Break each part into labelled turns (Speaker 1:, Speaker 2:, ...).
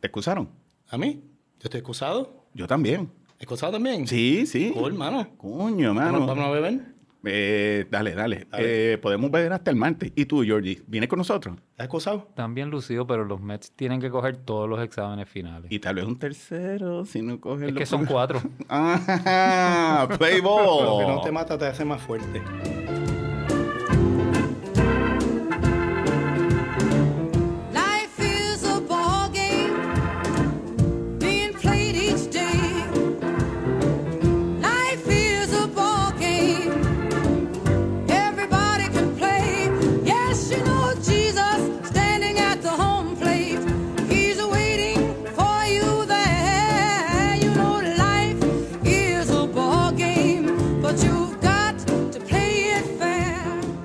Speaker 1: Te excusaron.
Speaker 2: ¿A mí? ¿Yo estoy excusado?
Speaker 1: Yo también.
Speaker 2: ¿Excusado también?
Speaker 1: Sí, Ah, sí.
Speaker 2: Cool, mano.
Speaker 1: Coño,
Speaker 2: Vamos,
Speaker 1: mano.
Speaker 2: vamos a beber.
Speaker 1: Eh, dale, dale.
Speaker 2: Dale.
Speaker 1: Eh, podemos ver hasta el martes. ¿Y tú, Georgie? ¿Vienes con nosotros?
Speaker 2: ¿Estás excusado?
Speaker 3: Están bien lucidos, pero los Mets tienen que coger todos los exámenes finales.
Speaker 1: Y tal vez un tercero, si no coges
Speaker 3: es
Speaker 1: los
Speaker 3: que son
Speaker 1: primeros.
Speaker 3: cuatro.
Speaker 1: Ah, play
Speaker 2: Lo que
Speaker 1: ball.
Speaker 2: no te mata te hace más fuerte.
Speaker 4: Life is a ball game being played each day. Life is a ball game. Everybody can play. Yes, you know Jesus standing at the home plate. He's waiting for you there. You know life is a ball game, but you've got to play it fair.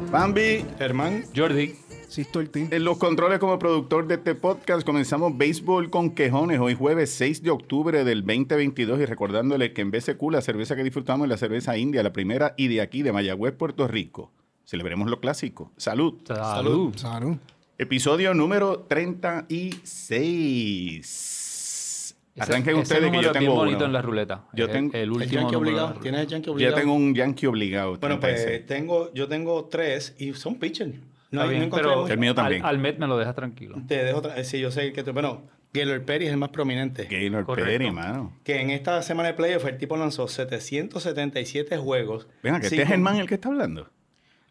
Speaker 1: Bambi,
Speaker 2: Germán,
Speaker 3: Jordi,
Speaker 5: Sí, estoy team.
Speaker 1: en los controles como productor de este podcast comenzamos Béisbol con Quejones hoy jueves 6 de octubre del 2022 y recordándole que en BCQ la cerveza que disfrutamos es la cerveza india, la primera y de aquí, de Mayagüez, Puerto Rico. Celebremos lo clásico. Salud.
Speaker 3: salud.
Speaker 5: Salud.
Speaker 1: Episodio número 36.
Speaker 3: Ese-
Speaker 1: Arranquen
Speaker 3: ese
Speaker 1: ustedes que
Speaker 3: número
Speaker 1: yo
Speaker 3: es bien
Speaker 1: tengo
Speaker 3: bonito
Speaker 1: uno.
Speaker 3: en la ruleta.
Speaker 1: Yo
Speaker 3: Es
Speaker 1: tengo-
Speaker 3: el
Speaker 2: el
Speaker 3: último
Speaker 2: yankee
Speaker 3: número de la
Speaker 2: obligado.
Speaker 3: ruleta.
Speaker 2: ¿Tienes el yankee
Speaker 1: Yo
Speaker 2: obligado?
Speaker 1: tengo un yankee obligado.
Speaker 2: Bueno,
Speaker 1: 36.
Speaker 2: pues tengo, yo tengo tres y son pitchers. No, hay-
Speaker 3: Está
Speaker 2: no
Speaker 3: bien,
Speaker 2: encontré
Speaker 3: pero
Speaker 2: mucho.
Speaker 1: El mío también.
Speaker 3: Al, al Met me lo dejas tranquilo.
Speaker 2: Te dejo otra. eh, Sí, yo sé que tú- Bueno, Gaylord Perry es el más prominente.
Speaker 1: Gaylord
Speaker 3: Correcto.
Speaker 1: Perry, mano.
Speaker 2: Que en esta semana de playoff el tipo lanzó 777 juegos.
Speaker 1: Venga, que este es
Speaker 2: Cinco-
Speaker 1: Germán el que está hablando.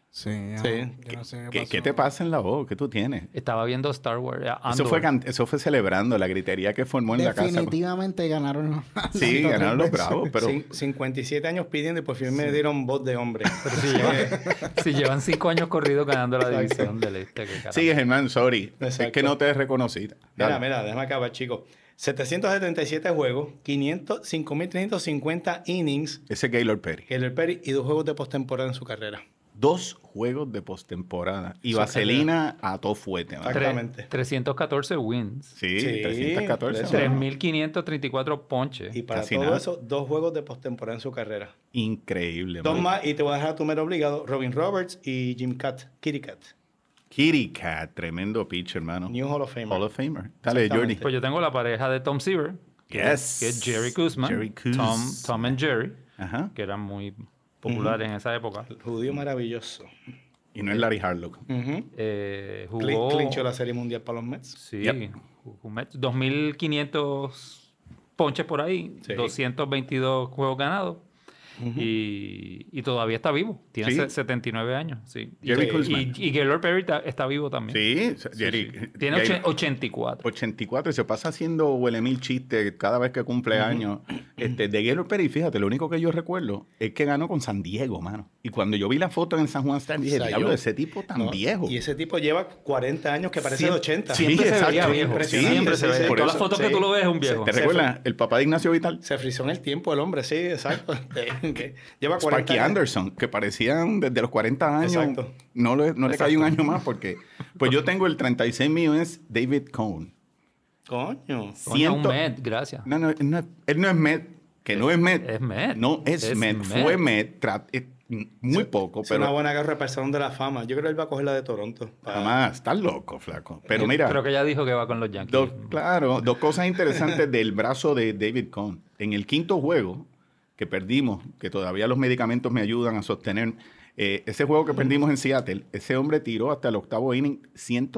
Speaker 5: Sí.
Speaker 2: Sí.
Speaker 5: ah, yo no sé
Speaker 1: ¿Qué,
Speaker 5: pasó.
Speaker 1: qué te pasa en la voz? ¿Qué tú tienes?
Speaker 3: Estaba viendo Star Wars. eh,
Speaker 1: Eso
Speaker 3: Andor.
Speaker 1: fue, can- eso fue celebrando la gritería que formó en la casa.
Speaker 5: Definitivamente ganaron los
Speaker 1: Sí,
Speaker 5: otras
Speaker 1: ganaron los
Speaker 5: veces.
Speaker 1: bravos, pero
Speaker 2: Cin- 57 años pidiendo y por fin me dieron voz de hombre.
Speaker 3: Si llevan cinco años corridos ganando la división del este. que carajo.
Speaker 1: sigue Germán, sorry. Es
Speaker 2: Exacto.
Speaker 1: que no te reconocí.
Speaker 2: mira,
Speaker 1: Dale.
Speaker 2: mira, déjame acabar, chicos. 777 juegos, 500 5.350 innings,
Speaker 1: Ese Gaylord Perry.
Speaker 2: Gaylord Perry y dos juegos de postemporada en su carrera.
Speaker 1: Dos juegos de postemporada y
Speaker 2: Su
Speaker 1: vaselina a todo fuete. mano.
Speaker 2: Exacto.
Speaker 3: Tre-
Speaker 2: exactamente.
Speaker 3: 314 wins.
Speaker 1: Sí,
Speaker 2: Sí,
Speaker 1: 314.
Speaker 2: por eso.
Speaker 1: mano.
Speaker 3: 3.534 ponches.
Speaker 2: Y para
Speaker 1: Casi
Speaker 2: todo
Speaker 1: nada.
Speaker 2: eso, dos juegos de postemporada en su carrera.
Speaker 1: Increíble.
Speaker 2: Dos
Speaker 1: mano.
Speaker 2: más y te voy a dejar a tu mero obligado, Robin Roberts y Jim Cat, Kitty Cat,
Speaker 1: Kitty Cat, tremendo pitch, hermano.
Speaker 2: New Hall of Famer.
Speaker 1: Hall of Famer. Dale, Jordi.
Speaker 2: Exactamente.
Speaker 3: Pues yo tengo la pareja de Tom Seaver. que-
Speaker 1: Yes.
Speaker 3: Que es Jerry Kuzman.
Speaker 1: Jerry Kuz-
Speaker 3: Tom, Tom and Jerry,
Speaker 1: Ajá.
Speaker 3: que eran muy populares en esa época.
Speaker 2: Judío maravilloso.
Speaker 1: Y no es Larry Harlock.
Speaker 2: Ujú.
Speaker 3: Eh,
Speaker 2: Cli-
Speaker 3: jugó.
Speaker 2: Clinchó la Serie Mundial para los Mets.
Speaker 3: Sí,
Speaker 1: Yep.
Speaker 3: jugó Mets. 2.500 ponches por ahí,
Speaker 2: Sí.
Speaker 3: 222 juegos ganados. y, y todavía está vivo, tiene
Speaker 1: Sí.
Speaker 3: se- 79 años. Sí. Y-
Speaker 1: Jerry
Speaker 2: Sí.
Speaker 1: Kuzman.
Speaker 3: y, y Gaylord Perry ta- está, vivo también.
Speaker 1: Sí, Jerry.
Speaker 3: Tiene oche-
Speaker 1: Gaylord.
Speaker 3: 84.
Speaker 1: 84 y se pasa haciendo huele mil chistes cada vez que cumple años. Este, de Gaylord Perry, fíjate, lo único que yo recuerdo es que ganó con San Diego, mano. Y cuando yo vi la foto en San Juan Stadium, dije,
Speaker 2: O sea,
Speaker 1: diablo,
Speaker 2: yo-
Speaker 1: ese tipo tan
Speaker 2: No,
Speaker 1: viejo.
Speaker 2: Y ese tipo lleva 40 años que parece
Speaker 1: Siem-
Speaker 2: de 80.
Speaker 1: siempre Sí, se veía exacto. viejo.
Speaker 2: Impresionante.
Speaker 1: Siempre
Speaker 2: Sí,
Speaker 1: se veía.
Speaker 2: sí,
Speaker 1: Por
Speaker 2: sí.
Speaker 1: las
Speaker 3: fotos que tú lo ves, es un viejo.
Speaker 1: ¿Te
Speaker 2: Se-
Speaker 1: recuerdas? El papá de Ignacio Vital.
Speaker 2: Se frizó en el tiempo el hombre, sí, exacto. Este, Que lleva 40
Speaker 1: Sparky
Speaker 2: años.
Speaker 1: Anderson, que parecían desde los 40 años.
Speaker 2: Exacto.
Speaker 1: No, le- no le
Speaker 2: Exacto.
Speaker 1: cayó un año más porque... Pues yo tengo el 36 mío, es David Cohn.
Speaker 2: Coño.
Speaker 3: Coño, un
Speaker 1: Ciento-
Speaker 3: Met, gracias.
Speaker 1: No, no, él no es- él no es Met, que no es Met.
Speaker 3: Es Met.
Speaker 1: No es,
Speaker 3: Es
Speaker 1: Met,
Speaker 3: Met.
Speaker 1: fue Met, tra- eh, muy poco,
Speaker 2: Es una
Speaker 1: pero
Speaker 2: buena garra para el Salón de la Fama. Yo creo que él va a coger la de Toronto. Ah. Para-
Speaker 1: jamás, estás loco, flaco. Pero mira,
Speaker 3: Creo que ya dijo que va con los Yankees.
Speaker 1: dos, claro, dos cosas interesantes del brazo de David Cohn. En el quinto juego que perdimos, que todavía los medicamentos me ayudan a sostener, eh, ese juego que perdimos en Seattle, ese hombre tiró hasta el octavo inning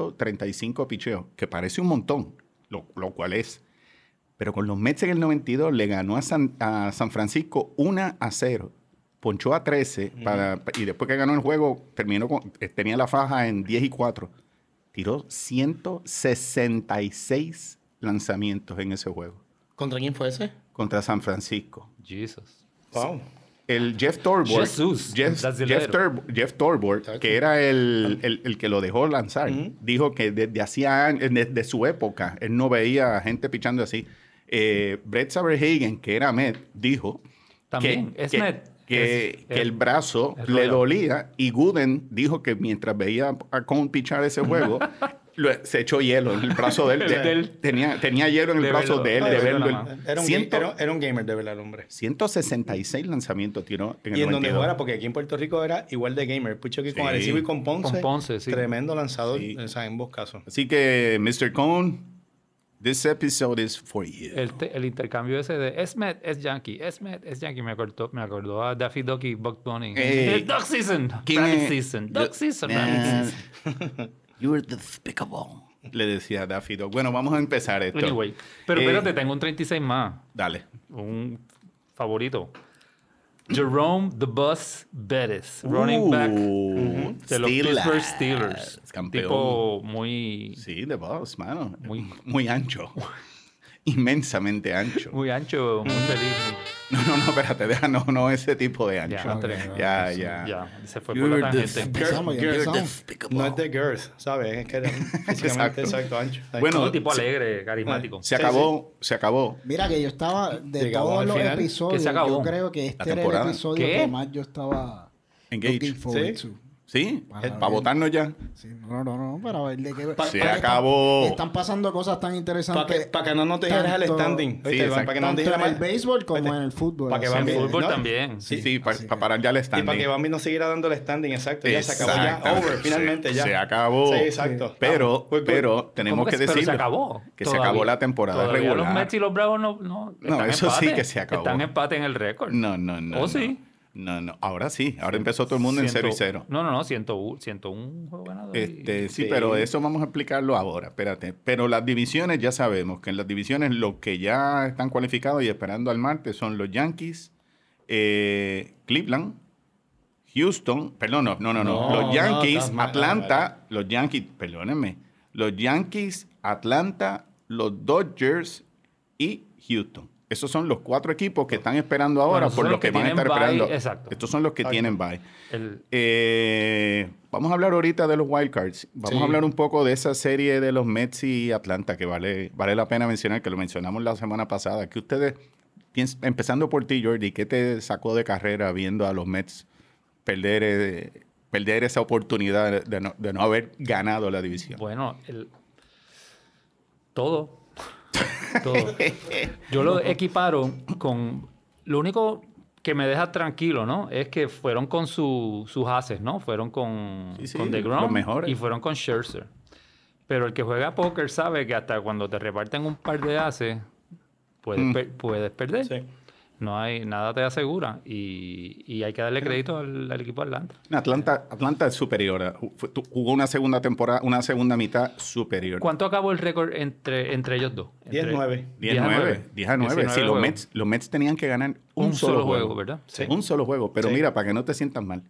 Speaker 1: 135 picheos, que parece un montón, lo- lo cual es. Pero con los Mets en el 92 le ganó a San, a San Francisco 1 a 0. Ponchó a 13 para, y después que ganó el juego terminó con, eh, tenía la faja en 10 y 4. Tiró 166 lanzamientos en ese juego
Speaker 2: ¿Contra quién fue ese?
Speaker 1: contra San Francisco.
Speaker 3: Jesus.
Speaker 2: Wow.
Speaker 1: El Jeff Torborg,
Speaker 3: Jesús,
Speaker 1: Jeff,
Speaker 3: that's the
Speaker 1: Jeff
Speaker 3: letter.
Speaker 1: Tur- Jeff Torborg,
Speaker 2: Exacto.
Speaker 1: que era el, el- el que lo dejó lanzar, dijo que desde hacía años- desde su época, él no veía gente pichando así. Eh, Brett Saberhagen, que era Met, dijo
Speaker 3: También, es
Speaker 1: que,
Speaker 3: Met.
Speaker 1: que-
Speaker 3: Es-
Speaker 1: que
Speaker 3: es-
Speaker 1: el brazo
Speaker 3: es
Speaker 1: le
Speaker 3: rueda.
Speaker 1: dolía y Gooden dijo que mientras veía a Cone pichar ese juego, lo- se echó hielo en el brazo de él.
Speaker 3: De él.
Speaker 1: Tenía, tenía hielo en el
Speaker 3: De
Speaker 1: brazo
Speaker 3: verlo.
Speaker 1: de él,
Speaker 3: Ah,
Speaker 1: de
Speaker 3: de verlo
Speaker 1: verlo.
Speaker 3: nada
Speaker 2: Era un,
Speaker 1: Ciento-
Speaker 2: ga- era- era un gamer de verdad el hombre.
Speaker 1: 166 lanzamientos tiró en el
Speaker 2: Y en donde
Speaker 1: 92.
Speaker 2: jugara, porque aquí en Puerto Rico era igual de gamer. Pucho que con
Speaker 1: Sí.
Speaker 2: Arecibo y con Ponce.
Speaker 3: Con Ponce, sí.
Speaker 2: Tremendo lanzador,
Speaker 1: Sí.
Speaker 2: o sea, en ambos casos.
Speaker 1: Así que, Mr. Cone, This episode is for you.
Speaker 3: El, te- el intercambio ese de es Met, es Yankee, es Met, es Yankee me acordó, me acordó a Daffy Duck y Buck Bunny.
Speaker 1: Ey.
Speaker 3: El Duck Season,
Speaker 1: Eh, ¿Quién
Speaker 3: Rabbit
Speaker 1: es?
Speaker 3: Season,
Speaker 1: Yo-
Speaker 3: Duck Season,
Speaker 1: Man,
Speaker 3: Rabbit Season.
Speaker 1: you are despicable. Le decía Daffy Dog. Bueno, vamos a empezar esto.
Speaker 3: Anyway, pero
Speaker 1: Eh,
Speaker 3: espérate, tengo un 36 más,
Speaker 1: Dale.
Speaker 3: un favorito. Jerome the Bus Bettis, running back
Speaker 1: Uh,
Speaker 3: de los
Speaker 1: Steelers,
Speaker 3: Pittsburgh Steelers.
Speaker 1: Campeón.
Speaker 3: Tipo muy,
Speaker 1: Sí, de boss, mano. Muy,
Speaker 3: Muy-
Speaker 1: ancho. Inmensamente ancho.
Speaker 3: muy ancho, muy feliz.
Speaker 1: No, no, no, espérate, deja, no, no ese tipo de
Speaker 3: Ya,
Speaker 1: ancho.
Speaker 3: tres.
Speaker 1: Ya, ya.
Speaker 3: Ya, se fue por
Speaker 1: You're
Speaker 3: la gente.
Speaker 1: despicable.
Speaker 5: Empezamos, ya
Speaker 1: You're
Speaker 5: empezamos.
Speaker 1: despicable.
Speaker 2: No es de girls, ¿sabes? Es que era
Speaker 1: Exacto.
Speaker 2: físicamente exacto, ancho.
Speaker 1: Bueno, Ah.
Speaker 3: Un tipo alegre, carismático.
Speaker 1: Se
Speaker 2: Sí,
Speaker 1: acabó, se acabó.
Speaker 5: Mira que yo estaba, de
Speaker 2: Llegamos
Speaker 5: todos
Speaker 2: al
Speaker 5: los
Speaker 2: final,
Speaker 5: episodios,
Speaker 3: que se acabó.
Speaker 5: yo creo que este era el
Speaker 1: temporada.
Speaker 5: episodio
Speaker 3: ¿Qué?
Speaker 5: que más yo estaba
Speaker 1: Engage.
Speaker 5: looking forward
Speaker 2: Sí.
Speaker 5: to.
Speaker 1: ¿Sí?
Speaker 5: Para
Speaker 1: Para
Speaker 5: ver.
Speaker 1: votarnos ya.
Speaker 5: Sí, no, no, no, para ver de qué...
Speaker 1: Se
Speaker 5: porque
Speaker 1: acabó.
Speaker 5: Están, están pasando cosas tan
Speaker 2: Para que,
Speaker 5: interesantes.
Speaker 2: pa' que no nos dijeras el
Speaker 5: tanto-
Speaker 2: standing.
Speaker 1: Sí, exacto.
Speaker 2: para que no nos
Speaker 5: tanto
Speaker 2: dijeras
Speaker 5: en el
Speaker 2: mal.
Speaker 5: béisbol como
Speaker 2: Vete.
Speaker 5: en el fútbol.
Speaker 2: Pa' que
Speaker 5: así
Speaker 2: van
Speaker 3: En
Speaker 2: bien.
Speaker 3: fútbol
Speaker 2: ¿no?
Speaker 3: también.
Speaker 1: Sí,
Speaker 2: Sí,
Speaker 1: para
Speaker 5: así que-
Speaker 1: parar ya el
Speaker 2: Y para
Speaker 1: standing.
Speaker 2: que Bambi nos siguiera dando el standing, exacto. Ya se acabó ya.
Speaker 1: Exactamente.
Speaker 2: Over,
Speaker 1: Se-
Speaker 2: finalmente ya.
Speaker 1: se acabó.
Speaker 2: Sí, exacto.
Speaker 1: Pero,
Speaker 2: We're good.
Speaker 1: pero tenemos que,
Speaker 3: Pues, ¿Cómo se- pero
Speaker 1: decir
Speaker 3: se acabó.
Speaker 1: que se acabó la temporada
Speaker 3: todavía
Speaker 1: regular.
Speaker 3: Los Mets y los Bravos no. No, están en
Speaker 1: eso
Speaker 3: empate.
Speaker 1: sí que se acabó.
Speaker 3: Están en empate en el récord.
Speaker 1: No, no, no.
Speaker 3: ¿O
Speaker 1: no.
Speaker 3: sí?
Speaker 1: No, no. Ahora sí. Ahora empezó todo el mundo en 0
Speaker 3: Ciento-
Speaker 1: y 0.
Speaker 3: No, no, no, 101, 101 juego ganado. y-
Speaker 1: Este, sí,
Speaker 2: Sí.
Speaker 1: pero eso vamos a explicarlo ahora, espérate. Pero las divisiones ya sabemos que en las divisiones los que ya están cualificados y esperando al martes son los Yankees, eh, Cleveland, Houston, perdón, no, no, no, no,
Speaker 2: No,
Speaker 1: los
Speaker 2: no,
Speaker 1: Yankees,
Speaker 2: estás mal,
Speaker 1: Atlanta, los Yankees, perdónenme, los Yankees, Atlanta, los Dodgers y Houston. Esos son los cuatro equipos que están esperando ahora
Speaker 3: esos
Speaker 1: por
Speaker 3: son
Speaker 1: lo
Speaker 3: los
Speaker 1: que,
Speaker 3: que
Speaker 1: van a
Speaker 3: tienen
Speaker 1: estar
Speaker 3: bye,
Speaker 1: esperando.
Speaker 3: exacto.
Speaker 1: Estos son los que tienen bye.
Speaker 3: el-
Speaker 1: Eh, vamos a hablar ahorita de los wildcards. Vamos
Speaker 5: Sí.
Speaker 1: a hablar un poco de esa serie de los Mets y Atlanta que vale, vale la pena mencionar, que lo mencionamos la semana pasada. Que ustedes, piens- empezando por ti, Jordi, ¿qué te sacó de carrera viendo a los Mets perder, eh, perder esa oportunidad de no, de no haber ganado la división?
Speaker 3: bueno, el, todo. todo. Yo lo equiparo con. Lo único que me deja tranquilo, ¿no? Es que fueron con su- sus haces, ¿no? Fueron con,
Speaker 1: Sí, sí,
Speaker 3: con The
Speaker 1: los mejores.
Speaker 3: y fueron con Scherzer. Pero el que juega póker sabe que hasta cuando te reparten un par de haces, puedes,
Speaker 1: Mm.
Speaker 3: per- puedes perder.
Speaker 2: Sí.
Speaker 3: No hay, nada te asegura. Y, y hay que darle crédito al, al equipo de Atlanta.
Speaker 1: Atlanta, Atlanta es superior. a- fue- tu- Jugó una segunda temporada, una segunda mitad superior.
Speaker 3: ¿Cuánto acabó el récord entre, entre ellos dos? Entre-
Speaker 2: 10-9.
Speaker 1: 10 a 9. 10 a 9.
Speaker 3: 19
Speaker 1: Si los
Speaker 3: juegos.
Speaker 1: Mets, los Mets tenían que ganar un,
Speaker 3: Un
Speaker 1: solo,
Speaker 3: solo
Speaker 1: juego,
Speaker 3: juego, ¿verdad?
Speaker 2: Sí.
Speaker 1: Un solo juego. Pero
Speaker 2: Sí.
Speaker 1: mira, para que no te sientas mal,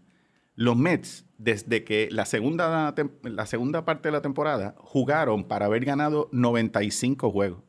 Speaker 1: los Mets, desde que la segunda, tem- la segunda parte de la temporada, jugaron para haber ganado 95 juegos.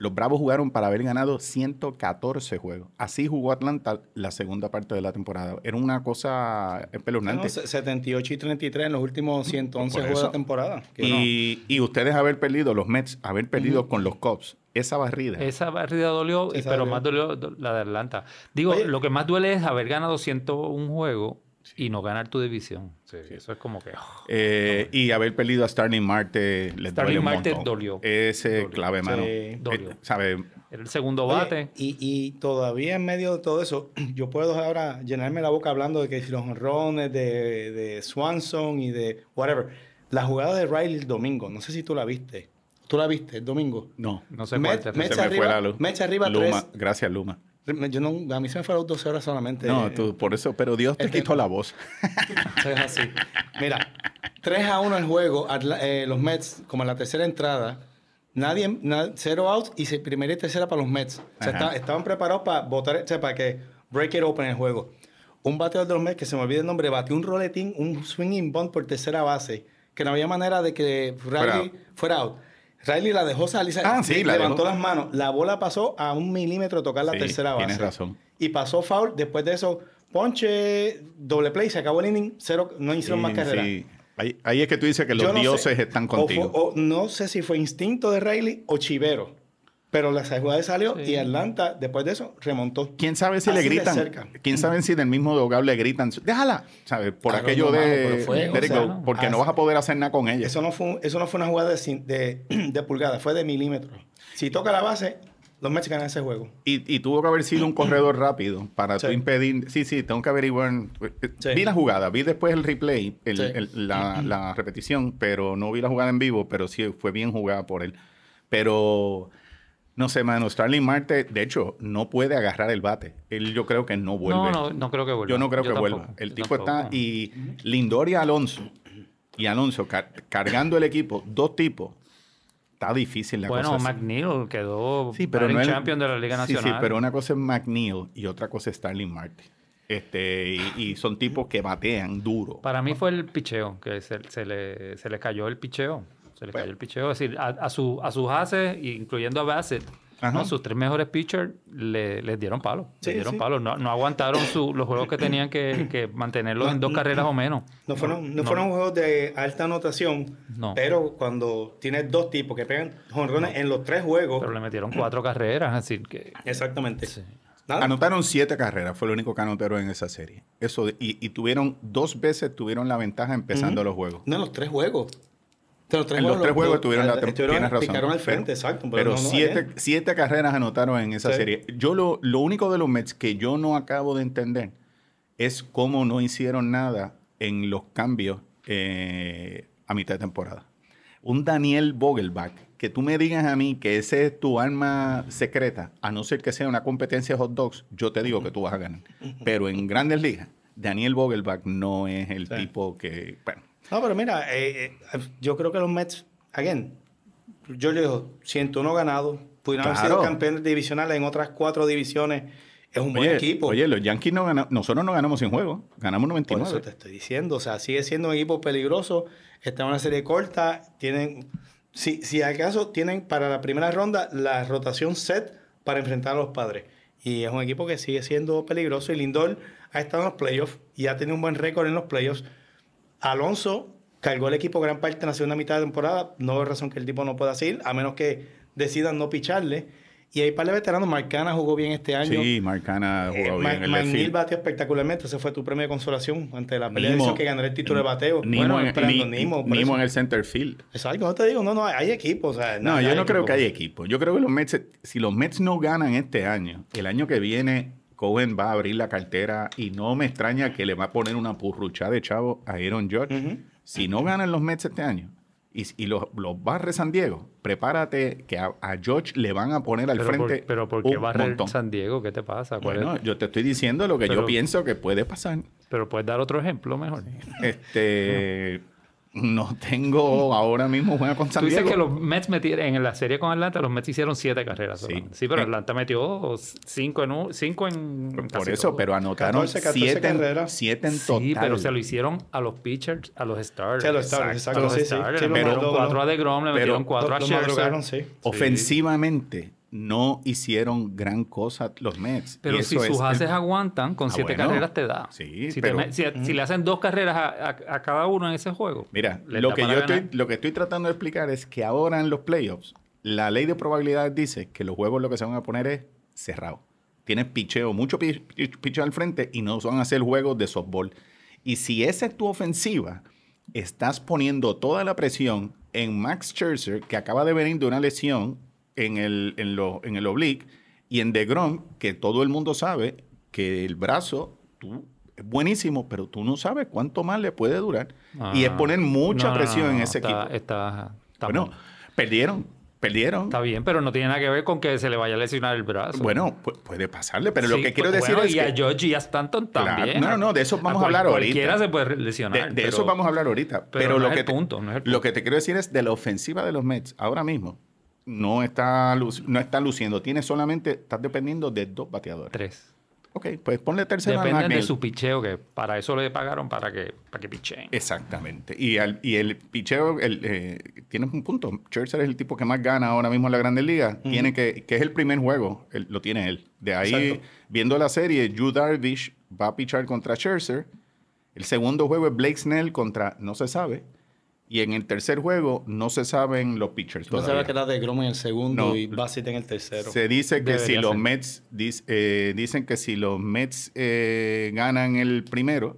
Speaker 1: Los Bravos jugaron para haber ganado 114 juegos. Así jugó Atlanta la segunda parte de la temporada. Era una cosa espeluznante.
Speaker 2: No, se- 78 y 33 en los últimos 111
Speaker 1: Por
Speaker 2: juegos de
Speaker 1: eso.
Speaker 2: la temporada. que
Speaker 1: y, y ustedes haber perdido, los Mets, haber perdido con los Cubs, esa barrida.
Speaker 3: Esa barrida dolió, eh,
Speaker 2: Sí, esa
Speaker 3: pero
Speaker 2: dolió.
Speaker 3: más dolió do- la de Atlanta. Digo,
Speaker 2: Oye.
Speaker 3: lo que más duele es haber ganado 101 juegos y no ganar tu división. Eso es como que... oh.
Speaker 1: Eh, y haber perdido a Starling Marte les
Speaker 3: Starling
Speaker 1: duele un
Speaker 3: Marte
Speaker 1: montón.
Speaker 3: dolió.
Speaker 1: Ese
Speaker 3: Dolió.
Speaker 1: clave, mano.
Speaker 2: Sí.
Speaker 3: Dolió.
Speaker 1: Eh, sabe,
Speaker 3: Era el segundo
Speaker 2: Oye,
Speaker 3: bate.
Speaker 2: y, y todavía en medio de todo eso, yo puedo ahora llenarme la boca hablando de que si los honrones de, de Swanson y de whatever. La jugada de Riley el domingo, no sé si tú la viste. ¿Tú la viste el domingo?
Speaker 1: no.
Speaker 3: no sé
Speaker 2: Met-
Speaker 3: cuál te
Speaker 2: Met-
Speaker 1: Se
Speaker 2: Mets
Speaker 1: me
Speaker 2: arriba-
Speaker 1: fue la luz.
Speaker 2: Mets arriba
Speaker 1: Luma,
Speaker 2: tres.
Speaker 1: Gracias, Luma.
Speaker 2: Yo no, a mí se me fueron 12 horas solamente. eh,
Speaker 1: No, tú, por eso, pero Dios te
Speaker 2: Este-
Speaker 1: quitó la voz.
Speaker 2: Eso es así. Mira, 3 a 1 el juego, Atla- eh, los Mets, como en la tercera entrada, nadie, na- cero outs y se- primera y tercera para los Mets. O sea,
Speaker 1: Ajá.
Speaker 2: esta- estaban preparados para votar, o sea, para que break it open el juego. Un bateador de los Mets, que se me olvida el nombre, batió un roletín, un swinging bunt por tercera base, que no había manera de que Riley
Speaker 1: out.
Speaker 2: fuera out. Riley la dejó salir, sa-
Speaker 1: Ah, sí, la
Speaker 2: levantó
Speaker 1: dejó.
Speaker 2: las manos. La bola pasó a un milímetro de tocar la
Speaker 1: Sí,
Speaker 2: tercera base.
Speaker 1: tienes razón.
Speaker 2: Y pasó foul. Después de eso, ponche, doble play, se acabó el inning. Cero, no hicieron más
Speaker 1: Sí,
Speaker 2: carrera.
Speaker 1: sí. Ahí, ahí es que tú dices que los
Speaker 2: Yo no sé-
Speaker 1: dioses están
Speaker 2: o fue-
Speaker 1: contigo.
Speaker 2: o no sé si fue instinto de Riley o chivero. Pero la jugada salió
Speaker 3: Sí.
Speaker 2: y Atlanta, después de eso, remontó.
Speaker 1: ¿Quién sabe si le
Speaker 2: Así de
Speaker 1: gritan?
Speaker 2: cerca.
Speaker 1: ¿Quién sabe si del mismo dogable le gritan? Déjala, ¿sabes? Por
Speaker 2: Claro,
Speaker 1: aquello
Speaker 2: no, mano,
Speaker 1: de
Speaker 2: pero fue,
Speaker 3: o
Speaker 1: Let it
Speaker 3: sea,
Speaker 1: go,
Speaker 3: no.
Speaker 1: porque no
Speaker 2: Ah,
Speaker 1: vas a poder hacer nada con ella.
Speaker 2: Eso no fue, un- eso no fue una jugada de, cin- de, de pulgada, fue de milímetros. Si toca la base, los Mets ganan ese juego.
Speaker 1: Y, y tuvo que haber sido un corredor rápido para
Speaker 2: Sí.
Speaker 1: tú impedir. Sí, sí, tengo que averiguar.
Speaker 2: Sí.
Speaker 1: Vi la jugada, vi después el replay, el-
Speaker 2: Sí.
Speaker 1: el- la, la repetición, pero no vi la jugada en vivo, pero sí fue bien jugada por él. Pero no sé, mano, Starling Marte, de hecho, no puede agarrar el bate. Él yo creo que no vuelve.
Speaker 3: No, no, no creo que vuelva.
Speaker 1: Yo no creo que
Speaker 3: tampoco,
Speaker 1: vuelva. El
Speaker 3: yo
Speaker 1: tipo
Speaker 3: tampoco,
Speaker 1: está.
Speaker 3: no.
Speaker 1: Y Lindor y Alonso. Y Alonso car- cargando el equipo, dos tipos. Está difícil la
Speaker 3: Bueno,
Speaker 1: cosa. así.
Speaker 3: McNeil quedó
Speaker 1: Sí, pero no
Speaker 3: batting
Speaker 1: es-
Speaker 3: champion de la Liga
Speaker 1: Sí,
Speaker 3: Nacional.
Speaker 1: Sí, pero una cosa es McNeil y otra cosa es Starling Marte. Este, y, y son tipos que batean duro.
Speaker 3: Para mí fue el picheo, que se, se le, se le cayó el picheo. Se le
Speaker 1: Bueno.
Speaker 3: cayó el picheo. Es decir, a, a su- a sus haces, incluyendo a Bassett,
Speaker 1: Ajá.
Speaker 3: ¿no? sus tres mejores pitchers, le- les dieron palos.
Speaker 2: Sí,
Speaker 3: les dieron
Speaker 2: sí.
Speaker 3: palos. No, no aguantaron su- los juegos que tenían que, que mantenerlos
Speaker 2: No,
Speaker 3: en
Speaker 1: Mm,
Speaker 3: dos
Speaker 2: no,
Speaker 3: carreras o menos.
Speaker 2: No fueron, no,
Speaker 3: no.
Speaker 2: fueron juegos de alta anotación,
Speaker 3: No.
Speaker 2: pero cuando tienes dos tipos que pegan jonrones en los tres juegos,
Speaker 3: Pero le metieron cuatro carreras. Es decir, que.
Speaker 2: exactamente.
Speaker 3: sí.
Speaker 2: Nada,
Speaker 1: Anotaron siete carreras, fue el único que anotaron en esa serie. Eso de- y, y tuvieron dos veces tuvieron la ventaja empezando
Speaker 2: Ujú.
Speaker 1: los juegos.
Speaker 2: no en los tres juegos. O sea,
Speaker 1: En los tres juegos tuvieron la
Speaker 2: estuvieron-
Speaker 1: tienes razón.
Speaker 2: picaron al frente,
Speaker 1: Pero-
Speaker 2: exacto.
Speaker 1: Pero,
Speaker 2: no, eh. no,
Speaker 1: siete,
Speaker 2: ayer.
Speaker 1: siete carreras anotaron en esa
Speaker 2: Sí.
Speaker 1: serie. Yo lo, lo único de los Mets que yo no acabo de entender es cómo no hicieron nada en los cambios eh, a mitad de temporada. Un Daniel Vogelbach, que tú me digas a mí que ese es tu arma secreta, a no ser que sea una competencia de hot dogs, yo te digo que tú vas a ganar. Pero en grandes ligas, Daniel Vogelbach no es el
Speaker 2: Sí.
Speaker 1: tipo que... Bueno,
Speaker 2: No, pero mira, eh, eh, yo creo que los Mets, again, yo le digo, 101 ganados, pudieron haber sido
Speaker 1: Claro.
Speaker 2: campeones divisionales en otras cuatro divisiones. Es un buen
Speaker 1: Oye,
Speaker 2: equipo.
Speaker 1: Oye, los Yankees no ganamos, nosotros no ganamos sin juego, ganamos
Speaker 2: Por eso este
Speaker 1: 99.
Speaker 2: te estoy diciendo. O sea, sigue siendo un equipo peligroso. Está en una serie corta. Tienen, si, si acaso, tienen para la primera ronda la rotación set para enfrentar a los padres. Y es un equipo que sigue siendo peligroso. Y Lindor ha estado en los playoffs y ha tenido un buen récord en los playoffs. Alonso cargó el equipo gran parte en la segunda mitad de temporada. No veo razón que el tipo no pueda seguir, a menos que decidan no picharle. Y hay par de veteranos. Marcana jugó bien este año.
Speaker 1: Sí, Marcana
Speaker 2: Eh,
Speaker 1: jugó
Speaker 2: Ma-
Speaker 1: bien en el left
Speaker 2: McNeil
Speaker 1: field.
Speaker 2: bateó espectacularmente. Ese fue tu premio de consolación ante la pelea de
Speaker 1: Nimo-
Speaker 2: edición que ganó el título de bateo.
Speaker 1: Nimo,
Speaker 2: bueno,
Speaker 1: en,
Speaker 2: esperando
Speaker 1: Ni-
Speaker 2: Nimo. por
Speaker 1: Nimo
Speaker 2: eso.
Speaker 1: en el center field.
Speaker 2: Exacto, no te digo, no, no, hay equipos. o sea,
Speaker 1: No,
Speaker 2: nada,
Speaker 1: yo no creo
Speaker 2: equipos.
Speaker 1: que haya equipo. Yo creo que los Mets, si los Mets no ganan este año, el año que viene Cohen va a abrir la cartera y no me extraña que le va a poner una purrucha de chavo a Aaron George.
Speaker 2: Ujú.
Speaker 1: Si no ganan los Mets este año y, y los, los barre San Diego, prepárate que a, a George le van a poner al
Speaker 3: Pero,
Speaker 1: frente
Speaker 3: por, pero ¿por qué
Speaker 1: un
Speaker 3: barrer
Speaker 1: montón.
Speaker 3: San Diego? ¿Qué te pasa? ¿Cuál es?
Speaker 1: Bueno, yo te estoy diciendo lo que yo
Speaker 3: Pero-
Speaker 1: pienso que puede pasar.
Speaker 3: Pero puedes dar otro ejemplo mejor.
Speaker 1: Este, no tengo ahora mismo juega con
Speaker 3: Tú
Speaker 1: San
Speaker 3: dices
Speaker 1: Diego.
Speaker 3: que los Mets metieron, en la serie con Atlanta, los Mets hicieron siete carreras.
Speaker 1: Sí.
Speaker 3: solamente. Sí, pero
Speaker 1: Eh.
Speaker 3: Atlanta metió cinco en un- cinco en
Speaker 1: Por- Por
Speaker 3: casi
Speaker 1: eso,
Speaker 3: todo.
Speaker 1: pero anotaron
Speaker 2: 14, 14
Speaker 1: siete, en-
Speaker 2: carreras.
Speaker 1: siete en total.
Speaker 3: Sí, pero se lo hicieron a los pitchers, a los starters.
Speaker 2: Sí, a los starters, exacto,
Speaker 3: A los
Speaker 2: sí, sí.
Speaker 3: starters.
Speaker 2: Sí,
Speaker 3: Le
Speaker 2: lo
Speaker 3: metieron
Speaker 2: mandó,
Speaker 3: cuatro
Speaker 2: lo-
Speaker 3: a DeGrom, le
Speaker 1: pero-
Speaker 3: metieron cuatro
Speaker 2: Lo-
Speaker 3: a
Speaker 2: lo
Speaker 3: Scherzer.
Speaker 2: madrugaron, sí.
Speaker 1: Ofensivamente no hicieron gran cosa los Mets.
Speaker 3: Pero
Speaker 1: Y
Speaker 3: si
Speaker 1: eso
Speaker 3: sus
Speaker 1: es-
Speaker 3: haces aguantan, con
Speaker 1: Ah,
Speaker 3: siete
Speaker 1: bueno.
Speaker 3: carreras te da.
Speaker 1: Sí,
Speaker 3: si, te
Speaker 1: pero-
Speaker 3: me- si- si le hacen dos carreras a, a- a cada uno en ese juego.
Speaker 1: Mira,
Speaker 3: les
Speaker 1: lo
Speaker 3: da
Speaker 1: que,
Speaker 3: para
Speaker 1: yo
Speaker 3: ganar.
Speaker 1: estoy, lo que estoy tratando de explicar es que ahora en los playoffs, la ley de probabilidades dice que los juegos lo que se van a poner es cerrado. Tienes picheo, mucho pi- pi- picheo al frente y no van a hacer juegos de softball. Y si esa es tu ofensiva, estás poniendo toda la presión en Max Scherzer, que acaba de venir de una lesión en el, en lo- en el oblique, y en DeGrom, que todo el mundo sabe que el brazo tú, es buenísimo, pero tú no sabes cuánto más le puede durar. Y es
Speaker 3: Ah.
Speaker 1: poner mucha
Speaker 3: No, no, no,
Speaker 1: presión
Speaker 3: no,
Speaker 1: en
Speaker 3: no,
Speaker 1: ese
Speaker 3: está-
Speaker 1: equipo.
Speaker 3: Está, está
Speaker 1: bueno,
Speaker 3: mal.
Speaker 1: perdieron, perdieron.
Speaker 3: Está bien, pero no tiene nada que ver con que se le vaya a lesionar el brazo.
Speaker 1: Bueno, pu- puede pasarle, pero lo
Speaker 3: Sí,
Speaker 1: que quiero
Speaker 3: pues,
Speaker 1: decir
Speaker 3: bueno,
Speaker 1: es
Speaker 3: y
Speaker 1: que
Speaker 3: a George y a Stanton
Speaker 1: Claro.
Speaker 3: también.
Speaker 1: No, no, no, de eso vamos a hablar
Speaker 3: cualquiera
Speaker 1: ahorita.
Speaker 3: se puede lesionar.
Speaker 1: de, de
Speaker 3: pero-
Speaker 1: eso vamos a hablar ahorita.
Speaker 3: pero
Speaker 1: Pero,
Speaker 3: no
Speaker 1: lo,
Speaker 3: es
Speaker 1: que
Speaker 3: el
Speaker 1: te,
Speaker 3: punto, no es el
Speaker 1: lo que te quiero decir es de la ofensiva de los Mets ahora mismo no está, lu- no está luciendo. Tiene solamente, estás dependiendo de dos bateadores.
Speaker 3: Tres.
Speaker 1: Ok, pues ponle tercero a
Speaker 3: Dependen de
Speaker 1: McNeil.
Speaker 3: su picheo, que para eso le pagaron, para que, para que picheen.
Speaker 1: Eh, Exactamente. Y, al- y el picheo, el, eh, tienes un punto. Scherzer es el tipo que más gana ahora mismo en la Grandes Ligas. Tiene que, que es el primer juego, él- lo tiene él. De ahí,
Speaker 2: Exacto.
Speaker 1: viendo la serie, Yu Darvish va a pichar contra Scherzer. El segundo juego es Blake Snell contra no se sabe. Y en el tercer juego no se saben los pitchers
Speaker 2: Yo pensaba
Speaker 1: todavía.
Speaker 2: que era de Grom en el segundo
Speaker 1: No.
Speaker 2: y Bassett en el tercero.
Speaker 1: Se dice que
Speaker 3: Debería
Speaker 1: si los
Speaker 3: ser.
Speaker 1: Mets dis- eh, dicen que si los Mets eh, ganan el primero,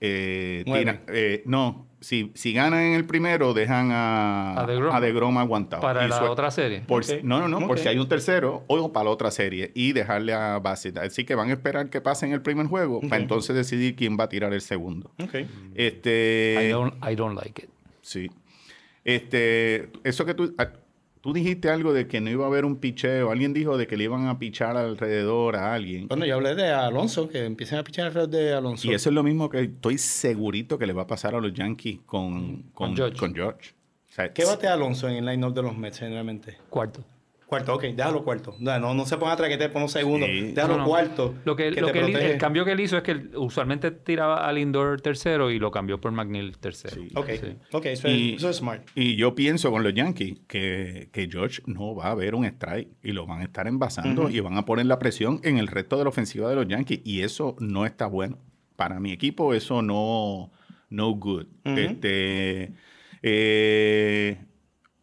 Speaker 1: eh,
Speaker 2: Nueve.
Speaker 1: tira- eh, no, si, si ganan en el primero, dejan a,
Speaker 3: A DeGrom.
Speaker 1: DeGrom aguantado.
Speaker 3: para
Speaker 1: Y
Speaker 3: la
Speaker 1: su- e-
Speaker 3: otra serie.
Speaker 1: por si-
Speaker 2: Ok.
Speaker 1: No, no, no, por
Speaker 2: Ok.
Speaker 1: si hay un tercero, o para la otra serie y dejarle a Bassett. Así que van a esperar que pasen el primer juego
Speaker 2: Ok.
Speaker 1: para entonces decidir quién va a tirar el segundo.
Speaker 2: Ok.
Speaker 3: Mm.
Speaker 1: Este,
Speaker 3: I, don't, I don't like it.
Speaker 1: Sí. Este, eso que tú. ah, Tú dijiste algo de que no iba a haber un picheo. Alguien dijo de que le iban a pichar alrededor a alguien.
Speaker 2: Bueno, yo hablé de Alonso, que empiecen a pichar alrededor de Alonso.
Speaker 1: Y eso es lo mismo que estoy segurito que le va a pasar a los Yankees con, con,
Speaker 3: Con George.
Speaker 1: con George. O sea,
Speaker 2: ¿Qué batea Alonso en el line-up de los Mets generalmente?
Speaker 3: Cuarto.
Speaker 2: Cuarto, ok, déjalo cuarto. No, no, no se ponga a traquetear por un segundo.
Speaker 1: Sí.
Speaker 2: Déjalo
Speaker 3: No, no.
Speaker 2: cuarto.
Speaker 3: Lo que,
Speaker 2: que
Speaker 3: lo
Speaker 2: te
Speaker 3: que él-
Speaker 2: protege.
Speaker 3: el cambio que él hizo es que él usualmente tiraba al indoor tercero y lo cambió por McNeil tercero.
Speaker 1: Sí.
Speaker 2: Ok,
Speaker 3: Sí.
Speaker 2: ok, eso,
Speaker 1: Y-
Speaker 2: es, eso es smart.
Speaker 1: Y yo pienso con los Yankees que, que George no va a haber un strike y lo van a estar envasando y van a poner la presión en el resto de la ofensiva de los Yankees. Y eso no está bueno. Para mi equipo, eso no, no good.
Speaker 2: Ujú.
Speaker 1: Este. eh,